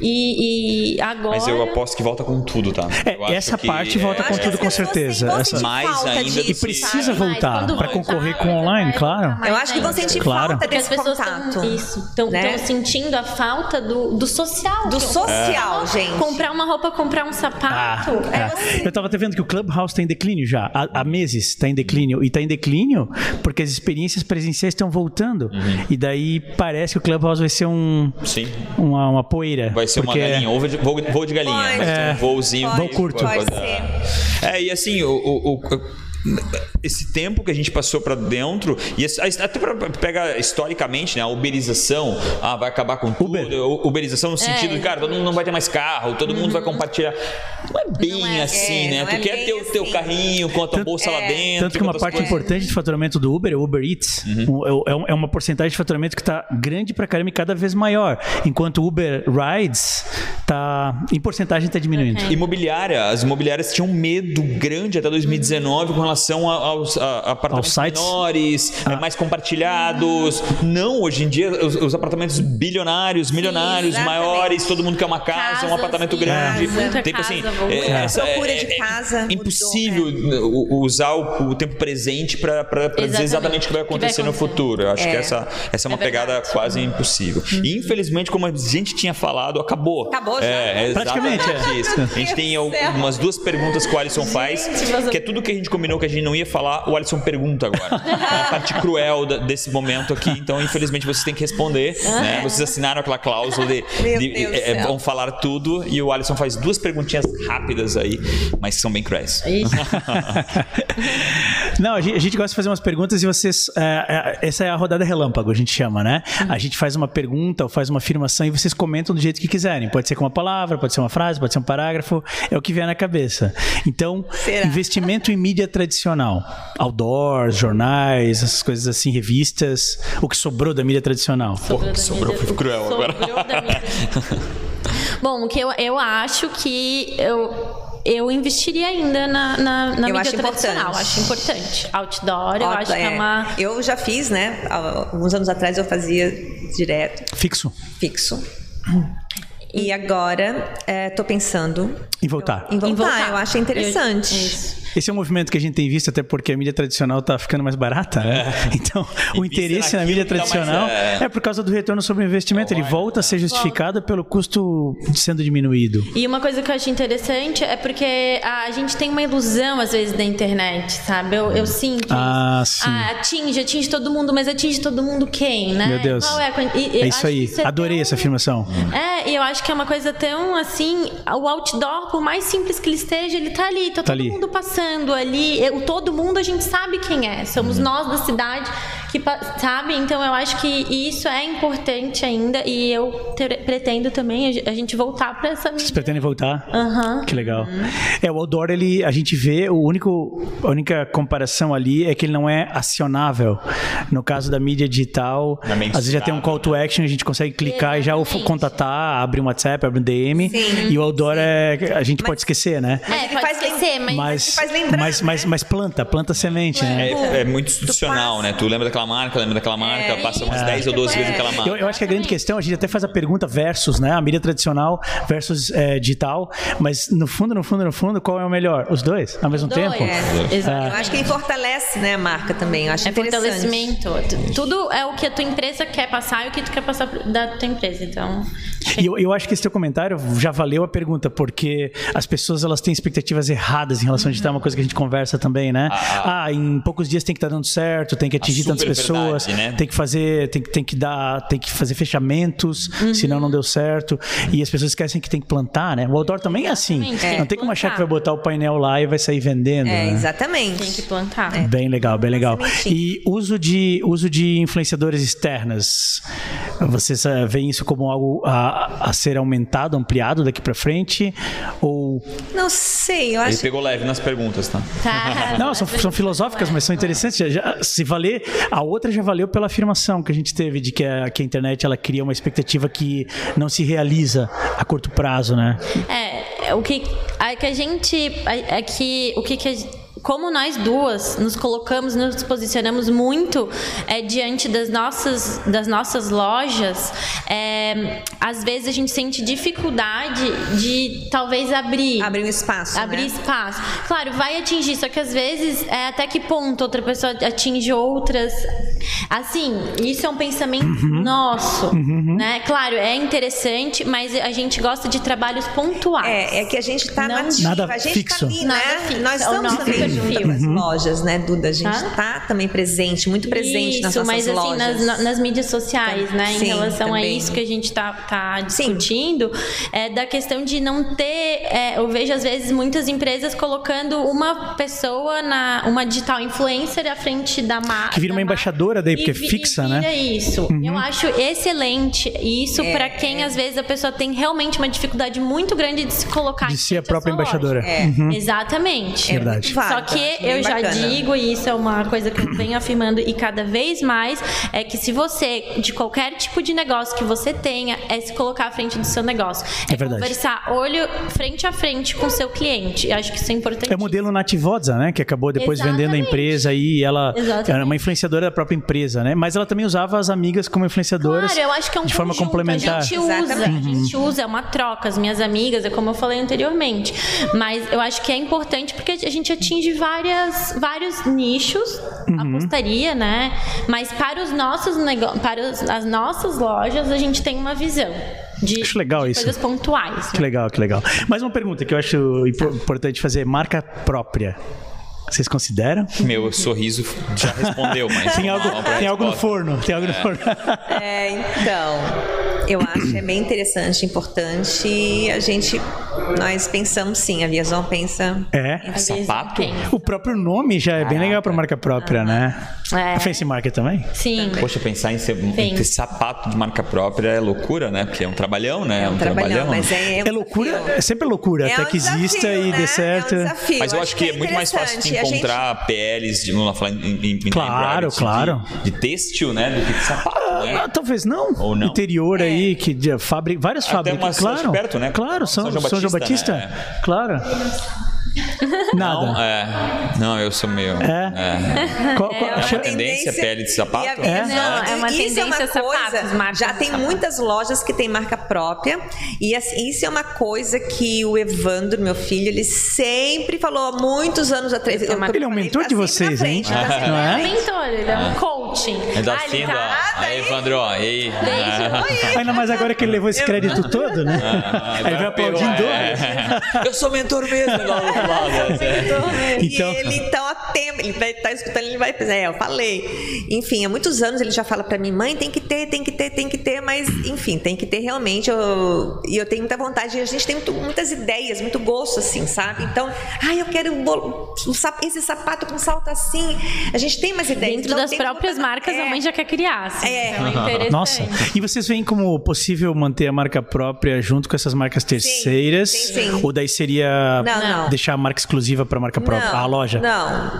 S3: E, e agora...
S4: Mas eu aposto que volta com tudo, tá?
S1: É,
S4: Eu acho
S1: essa
S4: que,
S1: parte
S4: é,
S1: volta
S5: Eu
S1: com
S5: acho que
S1: tudo,
S5: as
S1: com
S5: pessoas,
S1: certeza.
S5: vão
S1: Essa-
S5: sentir
S4: Mais
S5: falta
S4: ainda do
S5: disso,
S4: que
S5: sabe?
S1: precisa
S3: Mas
S1: voltar,
S3: quando
S1: pra
S3: voltar,
S1: concorrer com
S3: vai
S1: online,
S3: voltar
S1: claro.
S3: mais
S5: Eu acho que vão
S3: ainda.
S5: sentir
S1: Claro.
S5: falta
S3: Porque as
S5: desse
S3: pessoas
S5: contato.
S3: estão isso, estão
S5: né?
S3: sentindo a falta do, do social.
S5: Do
S3: Que eu-
S4: É.
S5: social, gente.
S3: Comprar uma roupa, comprar um
S1: Ah,
S3: sapato.
S1: é.
S5: assim.
S1: Eu tava até vendo que o Clubhouse tá em declínio já. Há, há meses tá em declínio. E tá em declínio porque as experiências presenciais estão voltando.
S4: Uhum.
S1: E daí parece que o Clubhouse vai ser um,
S4: Sim.
S1: uma, uma poeira.
S4: Vai ser
S1: porque
S4: uma galinha, ou voo de, voo, voo de galinha.
S5: Pode.
S4: Vai ser
S1: É.
S4: um voozinho.
S5: Pode,
S4: meio que
S1: curto.
S4: vai
S5: pode
S4: dar. É, e assim, o, o- o- esse tempo que a gente passou pra dentro, e esse- até pra pegar historicamente, né? A uberização, ah, vai acabar com tudo.
S1: Uber.
S4: U- Uberização no sentido de, cara, todo mundo não vai ter mais carro, todo mundo vai compartilhar. Não é bem
S3: é,
S4: assim,
S5: é,
S4: né?
S5: não
S4: Tu
S5: é
S4: quer
S5: bem
S4: ter o teu
S5: assim.
S4: carrinho com a tua
S1: Tanto-
S4: bolsa lá dentro.
S1: Tanto que uma
S4: com as
S1: parte
S4: coisas. Uhum.
S1: importante do faturamento do Uber é o Uber Eats. Um- é- É, um- é uma porcentagem de faturamento que está grande pra caramba e cada vez maior. Enquanto o Uber Rides tá, em porcentagem está diminuindo.
S4: Imobiliária, as imobiliárias tinham um medo grande até 2019 com relação a- aos a- apartamentos
S1: Aos sites? Ah.
S4: menores, eh, mais compartilhados. Não, hoje em dia, os, os apartamentos bilionários, milionários,
S5: exatamente.
S4: milhares, todo mundo quer uma casa,
S3: Casas,
S4: um apartamento
S3: sim,
S4: grande.
S3: casa, muita
S4: Tempo
S3: casa,
S4: assim,
S3: vou-
S4: eh,
S5: É.
S4: essa-
S5: Procura
S4: eh,
S5: de
S4: eh,
S5: casa, mudou,
S4: Impossível o- o- usar o, o tempo presente para dizer
S3: Exatamente.
S4: exatamente o que vai
S3: O que vai
S4: acontecer no
S3: acontecer.
S4: futuro. Eu acho que
S5: É.
S4: essa, essa é uma
S3: É verdade.
S4: pegada quase impossível. E infelizmente, como a gente tinha falado, acabou.
S5: Acabou já.
S4: É, é
S1: Praticamente,
S4: exatamente
S1: é.
S4: isso. A gente tem
S5: Meu Deus do céu.
S4: algumas duas perguntas que o Alisson faz,
S3: mas eu-
S4: que é tudo que a gente combinou que a gente não ia falar, o Alisson pergunta agora. é a parte cruel da- desse momento aqui, então infelizmente vocês têm que responder. né? Vocês assinaram aquela cláusula de,
S5: Ah, é. Meu
S4: de-
S5: Deus do
S4: é,
S5: céu.
S4: vão falar tudo e o Alisson faz duas perguntinhas rápidas aí, mas que são bem cruéis.
S3: Ixi.
S1: Não, a gente, a gente gosta de fazer umas perguntas e vocês. é, é, essa é a rodada relâmpago, a gente chama, né? A gente faz uma pergunta ou faz uma afirmação e vocês comentam do jeito que quiserem. Pode ser com uma palavra, pode ser uma frase, pode ser um parágrafo, é o que vier na cabeça. Então,
S5: Será?
S1: investimento em mídia tradicional. Outdoors, jornais, essas coisas assim, revistas. O que sobrou da mídia tradicional?
S4: Pô, Tá sobrou,
S3: mídia-
S4: foi cruel
S3: sobrou
S4: agora.
S3: da mídia. Bom, o que eu, eu acho que eu, eu investiria ainda na, na, na
S5: Eu
S3: mídia
S5: acho
S3: tradicional.
S5: importante.
S3: Acho importante. Outdoor, eu acho que é uma.
S5: Eu já fiz, né? Alguns anos atrás eu fazia direto,
S1: Fixo.
S5: fixo. E agora estou pensando
S1: E voltar.
S5: em voltar.
S3: em voltar.
S5: Eu acho interessante.
S3: Eu- isso.
S1: Esse é um movimento que a gente tem visto, até porque a mídia tradicional está ficando mais barata, né? Então, o
S4: É. E
S1: interesse
S4: será
S1: na
S4: que
S1: mídia
S4: tá mais,
S1: tradicional
S4: é-
S1: é por causa do retorno sobre o investimento. Ele volta a ser justificado pelo custo sendo diminuído.
S3: E uma coisa que eu acho interessante é porque a gente tem uma ilusão, às vezes, da internet, sabe? Eu, eu sinto.
S1: Ah,
S3: isso.
S1: sim.
S3: Ah, atinge, atinge todo mundo, mas atinge todo mundo quem, né?
S1: Meu Deus.
S3: Qual é, a quan- e- eu
S1: É
S3: acho
S1: isso
S3: que
S1: aí.
S3: é
S1: Adorei
S3: tão-
S1: essa afirmação.
S3: É, e eu acho que é uma coisa tão assim. O outdoor, por mais simples que ele esteja, ele tá ali, tá, todo
S1: ali.
S3: mundo passando ali. Eu- todo mundo a gente sabe quem é. Somos
S1: Uhum.
S3: nós da cidade que pa- sabe. Então eu acho que isso é importante ainda. E eu te- pretendo também a ge- a gente voltar pra essa
S1: Vocês
S3: mídia.
S1: pretendem voltar?
S3: Aham.
S1: Que legal. É, o outdoor, ele, a gente vê, o único, a única comparação ali é que ele não é acionável. No caso da mídia digital,
S4: Na mainstream.
S1: às vezes já tem um call to action, a gente consegue clicar e já o
S3: Exatamente.
S1: contatar, abre um WhatsApp, abre um DM.
S5: Sim.
S1: E o outdoor, é, a gente pode esquecer, né?
S3: É,
S5: ele
S3: pode
S5: faz
S3: esquecer, mas. é
S1: Mas,
S5: faz lembrar, né?
S1: mas, mas, mas planta, planta semente, né?
S4: É, é muito
S5: Tu
S4: institucional,
S5: passa.
S4: né? Tu lembra daquela marca, lembra daquela marca, passa umas
S3: é.
S4: 10 ou 12 vezes aquela marca.
S1: Eu, eu acho que a grande questão, a gente até faz a pergunta versus, né? A mídia tradicional versus é, digital, mas no fundo, no fundo, no fundo, qual é o melhor? Os dois, ao mesmo tempo?
S5: É.
S3: Exato.
S5: Eu acho que ele fortalece, né, a marca também. Eu acho
S3: É
S5: interessante.
S3: fortalecimento. Tu- Tudo é o que a tua empresa quer passar e o que tu quer passar pro- da tua empresa. Então,
S1: E eu, eu acho que esse teu comentário já valeu a pergunta, porque as pessoas elas têm expectativas erradas em relação a digital, é uma coisa que a gente conversa também, né? Ah, em poucos dias tem que estar dando certo, tem que atingir tantas
S4: super
S1: pessoas,
S4: verdade, né?
S1: tem que fazer, tem, que- tem que dar, tem que fazer fechamentos,
S3: Uhum.
S1: senão não deu certo. E as pessoas esquecem que tem que plantar, né? O outdoor também é assim.
S3: Exatamente, tem
S1: Não
S3: que
S1: tem como achar que vai botar
S3: plantar.
S1: o painel lá e vai sair vendendo.
S5: É,
S1: né?
S5: exatamente.
S3: tem que plantar.
S1: Bem legal, bem legal.
S5: sementinha.
S1: E uso de, uso de influenciadores externas. Vocês eh, veem isso como algo a, a ser aumentado, ampliado daqui pra frente? Ou.
S5: Não sei, eu
S4: Ele
S5: acho
S4: pegou leve nas perguntas, tá?
S3: Tá.
S1: Não, são, são filosóficas, mas são interessantes. Já- já- se valer. A outra já valeu pela afirmação que a gente teve de que a, que a internet ela cria uma expectativa que não se realiza a curto prazo, né?
S3: É, é o que a, que a gente é, é que o que, que a gen- como nós duas nos colocamos, nos posicionamos muito é, diante das nossas, das nossas lojas, é, às vezes a gente sente dificuldade de talvez abrir.
S5: abrir um espaço.
S3: Abrir
S5: né?
S3: espaço. Claro, vai atingir, só que às vezes, é, até que ponto outra pessoa atinge outras. Assim, isso é um pensamento nosso, né? Claro, é interessante, mas a gente gosta de trabalhos pontuais.
S5: É, é que a gente está
S3: Não-
S5: nativa,
S1: Nada
S5: a gente
S1: fixo.
S5: tá ali,
S3: Nada
S5: né?
S3: fixo,
S5: Nós
S3: é o
S5: estamos
S3: nosso
S5: também
S3: perfil.
S5: junto com as lojas, né, Duda? A gente
S3: Tá?
S5: está também presente, muito presente nas
S3: isso,
S5: nossas
S3: mas assim,
S5: lojas.
S3: nas, na- nas mídias sociais,
S5: Tá.
S3: né?
S5: Sim,
S3: em relação
S5: também.
S3: a isso que a gente tá, tá
S5: Sim.
S3: discutindo, é da questão de não ter. é, eu vejo, às vezes, muitas empresas colocando uma pessoa, na, uma digital influencer à frente da marca. né?
S1: Que vira uma embaixadora daí, porque é fixa, né?
S3: É isso. Eu acho excelente isso
S5: É,
S3: pra quem, às vezes, a pessoa tem realmente uma dificuldade muito grande de se colocar
S1: De
S3: em
S1: ser a
S3: frente à
S1: própria
S3: sua loja.
S1: embaixadora. Uhum.
S3: Exatamente.
S1: Verdade.
S5: muito válido,
S3: Só que
S5: acho bem
S3: eu já
S5: É, Hum, bacana.
S3: digo, e isso é uma coisa que eu venho afirmando e cada vez mais, é que se você, de qualquer tipo de negócio que você tenha, é se colocar à frente do seu negócio.
S1: É verdade.
S3: conversar olho frente a frente com o seu cliente. Eu acho que isso é importante.
S1: É o modelo Nativosa, né? Que acabou depois vendendo a
S3: Exatamente.
S1: empresa e ela
S3: Exatamente.
S1: era uma influenciadora da própria empresa, né? Mas ela também usava as amigas como influenciadoras
S3: Claro, eu acho que é um
S1: de forma
S3: conjunto,
S1: complementar.
S3: A gente usa,
S5: Exatamente.
S3: a gente usa, é uma troca. As minhas amigas, é como eu falei anteriormente. Mas eu acho que é importante porque a gente atinge várias, vários nichos,
S1: Uhum.
S3: apostaria, né? Mas para os nossos nego- para os- as nossas lojas, a gente tem uma visão de,
S1: Acho legal
S3: de
S1: isso.
S3: coisas pontuais.
S1: Que
S3: né?
S1: legal, que legal. Mais uma pergunta que eu acho impo- importante fazer: marca própria. Vocês consideram?
S4: Meu sorriso já respondeu, mas.
S1: Tem
S4: vamos
S1: algo,
S4: lá pra
S1: tem algo no
S4: resposta.
S1: forno. Tem algo no forno.
S5: É, então, eu acho que é bem interessante, importante. e A gente, nós pensamos sim, a Viazon pensa.
S1: É.
S4: Sapato?
S1: O próprio nome já é bem legal pra marca própria, né?
S3: É.
S1: A Face Market também?
S3: Sim.
S4: Poxa, pensar em, ser, em
S3: Sim.
S4: ter sapato de marca própria é loucura, né? Porque é um trabalhão, né?
S5: É um trabalhão, mas é,
S1: É loucura,
S5: desafio.
S1: é sempre loucura,
S5: É
S1: até
S5: um
S1: que exista
S5: desafio,
S1: e
S5: né?
S1: dê certo.
S5: É um desafio.
S4: Mas eu acho que é muito mais fácil de
S5: interessante. A gente-
S4: encontrar PLs de, vamos lá, falar em, em, em- em
S1: Claro,
S4: brackets,
S1: claro.
S4: De, de têxtil, né? Do que de sapato, né?
S1: Ah, talvez não.
S4: Ou não. É.
S1: Interior aí, que de, fábrica, várias
S4: Até
S1: fábricas.
S4: uma
S1: claro.
S4: São- perto, né?
S1: Claro, São, São João Batista.
S4: né?
S1: Claro. Nada.
S4: Não, é. Não, eu sou meio. É.
S1: Qual- qual-
S4: uma
S1: cha-
S4: tendência, pele de sapato?
S5: e a-
S4: É?
S3: Não, é uma
S5: isso é uma
S3: tendência
S5: coisa,
S3: sapatos, marcas
S5: Já
S3: de
S5: tem
S3: sapato.
S5: muitas lojas que tem marca própria. E assim, isso é uma coisa que o Evandro, meu filho, ele sempre falou há muitos anos atrás.
S3: é uma-
S5: Eu-
S1: Ele é um
S5: eu falei,
S1: mentor
S5: tá
S1: de
S5: sempre na
S1: vocês, hein?
S5: frente, tá sempre
S1: Não
S5: na
S1: é?
S3: É mentor, ele é um coaching.
S4: É da
S3: Ah, ele
S4: Finda.
S3: tá-
S4: Aí, Evandro, ó, e aí? É.
S3: Desde-
S1: Ah. Ainda mais agora que ele levou esse crédito todo, né?
S4: Agora
S1: Aí vai aplaudir em
S4: pegou,
S1: dobro.
S4: Ah, é. Eu sou mentor mesmo, igual o Flávio, né?
S1: Então-
S5: E ele então há tempo, ele vai estar escutando, ele vai pensar, é, eu falei. Enfim, há muitos anos ele já fala pra mim, mãe, tem que ter, tem que ter, tem que ter, mas enfim, tem que ter realmente. eu- e eu tenho muita vontade, e a gente tem muito- muitas ideias, muito gosto assim, sabe? Então, ai, eu quero um bolo- um sap- esse sapato com salto assim. A gente tem mais ideias.
S3: Dentro
S5: então
S3: das
S5: tem que
S3: próprias
S5: botar-
S3: marcas,
S5: é,
S3: a mãe já quer criar. Assim,
S5: É.
S3: então interessante.
S1: Nossa, e vocês veem como possível manter a marca própria junto com essas marcas terceiras?
S5: sim, sim.
S1: Ou daí seria
S5: Não, não.
S1: deixar a marca exclusiva para a marca própria,
S5: não,
S1: a loja?
S5: Não,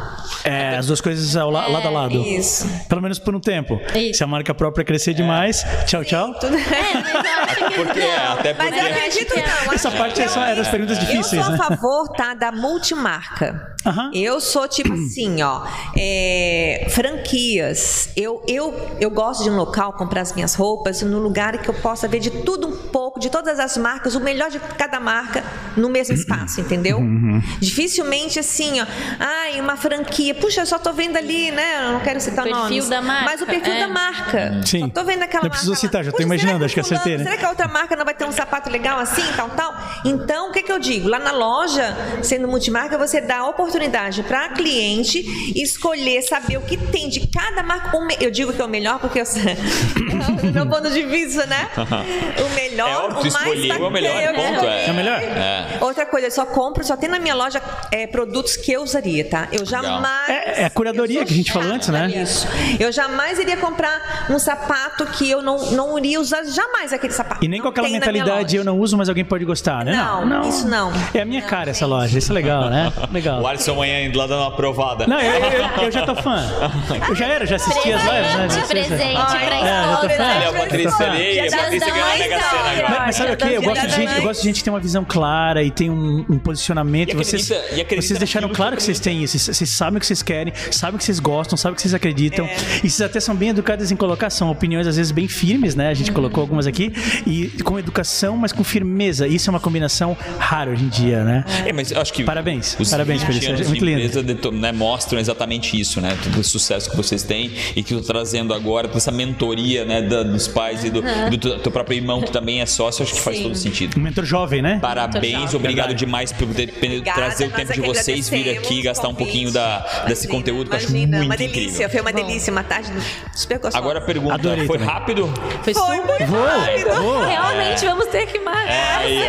S1: É, as duas coisas ao la- lado a lado.
S5: isso.
S1: Pelo menos por um tempo.
S3: Isso.
S1: Se a marca própria crescer demais, tchau, tchau.
S5: tudo
S3: É, mas eu acho que
S4: Porque, é,
S3: não.
S4: até
S5: Mas
S1: É
S5: eu
S4: porque.
S5: acredito não.
S1: Essa
S5: acho
S1: parte é
S5: que
S1: só
S5: eu-
S1: era das perguntas difíceis,
S5: Eu sou
S1: né?
S5: a favor, tá, da multimarca.
S1: Aham.
S5: Eu sou tipo assim, ó, é, franquias. Eu, eu, eu gosto de um local comprar as minhas roupas num lugar que eu possa ver de tudo um pouco, de todas as marcas, o melhor de cada marca no mesmo espaço, entendeu?
S1: Uhum,
S5: Dificilmente assim, ó, ai, uma franquia. Puxa, eu só tô vendo ali, né? Eu não quero citar
S3: O perfil
S5: nomes,
S3: da marca,
S5: Mas o perfil
S3: é.
S5: da marca.
S1: Sim.
S5: Só tô vendo aquela
S1: Não precisou
S5: marca
S1: citar,
S5: lá.
S1: já tô
S5: Puxa, será
S1: imaginando,
S5: que
S1: acho que
S5: fulano-
S1: acertei, né?
S5: Será que a outra marca não vai ter um sapato legal assim, tal, tal? Então, o que, que eu digo? Lá na loja, sendo multimarca, você dá a oportunidade para cliente escolher, saber o que tem de cada marca. O me- Eu digo que é o melhor porque eu no meu ponto de vista, né? O melhor,
S4: É óbvio,
S5: o mais
S4: escolher o melhor,
S5: bacana, eu
S4: ponto, é.
S1: É o melhor?
S4: É.
S5: Outra coisa, eu só compro, só tem na minha loja é, produtos que eu usaria, tá? Eu jamais.
S1: É- é a curadoria que a gente falou antes, né?
S5: Isso. Eu jamais iria comprar um sapato que eu não, não iria usar jamais aquele sapato.
S1: E nem
S5: Não
S1: com aquela
S5: tem na minha
S1: mentalidade,
S5: loja.
S1: eu não uso, mas alguém pode gostar, né?
S5: Não, isso não.
S1: É a minha cara essa loja, isso é legal, né? Legal.
S4: O Alisson amanhã indo lá dando uma aprovada.
S1: Não, eu, eu- eu já tô fã. Eu já era, já assisti as lives, né?
S3: Presente,
S1: Vocês-
S3: presente pra
S1: já tô
S3: escola. né?
S1: fã.
S4: Olha, a Patrícia
S1: Tá.
S4: ali, a
S3: Já
S4: Patrícia
S3: dá
S4: ganhou a
S3: mais
S4: Mega Sena
S3: hora.
S4: agora.
S1: Mas, mas sabe o que? Eu gosto, de gente, eu gosto de gente que tem uma visão clara e tem um, um posicionamento.
S4: E
S1: vocês,
S4: acredita- e acredita
S1: vocês deixaram
S4: naquilo
S1: claro
S4: que
S1: que vocês têm isso. Vocês, vocês sabem o que vocês querem, sabem o que vocês gostam, sabem o que vocês acreditam. E vocês até são bem educados em colocar. São opiniões às vezes bem firmes, né? A gente colocou algumas aqui. E com educação, mas com firmeza. Isso é uma combinação rara hoje em dia, né?
S4: É, mas eu acho que
S1: Parabéns,
S4: os
S1: parabéns,
S4: 20
S1: Felícia,
S4: anos
S1: é muito
S4: de
S1: lindo.
S4: empresa deto- né, mostram exatamente isso, né? Todo o sucesso que vocês têm e que eu tô trazendo agora, com essa mentoria né, da- dos pais e do, do teu teu próprio irmão, que também é sócio, acho que faz todo sentido.
S1: Um mentor jovem, né?
S4: Tá. Parabéns, obrigado demais por ter- por trazer o
S5: nós
S4: tempo
S5: é
S4: de
S5: que
S4: vocês vir
S5: agradecemos
S4: aqui
S5: o
S4: gastar um pouquinho
S5: convite.
S4: da- desse
S5: Imagina,
S4: conteúdo que eu acho
S5: imagina, é
S4: muito
S5: uma delícia,
S4: incrível.
S5: Foi uma delícia, uma tarde super gostosa.
S4: Agora a pergunta,
S1: Adorei
S4: foi
S1: também.
S4: rápido?
S3: Foi
S5: Foi
S3: super
S5: muito
S1: Vou,
S5: rápido.
S1: vou.
S3: Realmente, vamos ter que
S4: É,
S3: marcar.
S4: aí,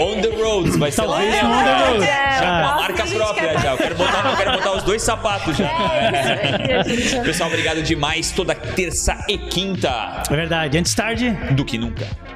S4: ó. on the roads, vai ser lá.
S1: Talvez
S4: né?
S1: no on the road.
S3: é,
S4: Já com
S1: Ah.
S4: a marca própria já. Eu quero botar, eu quero botar os dois sapatos já.
S3: é
S4: Pessoal, obrigado demais. Toda terça e quinta
S1: É verdade. Antes tarde,
S4: do que nunca.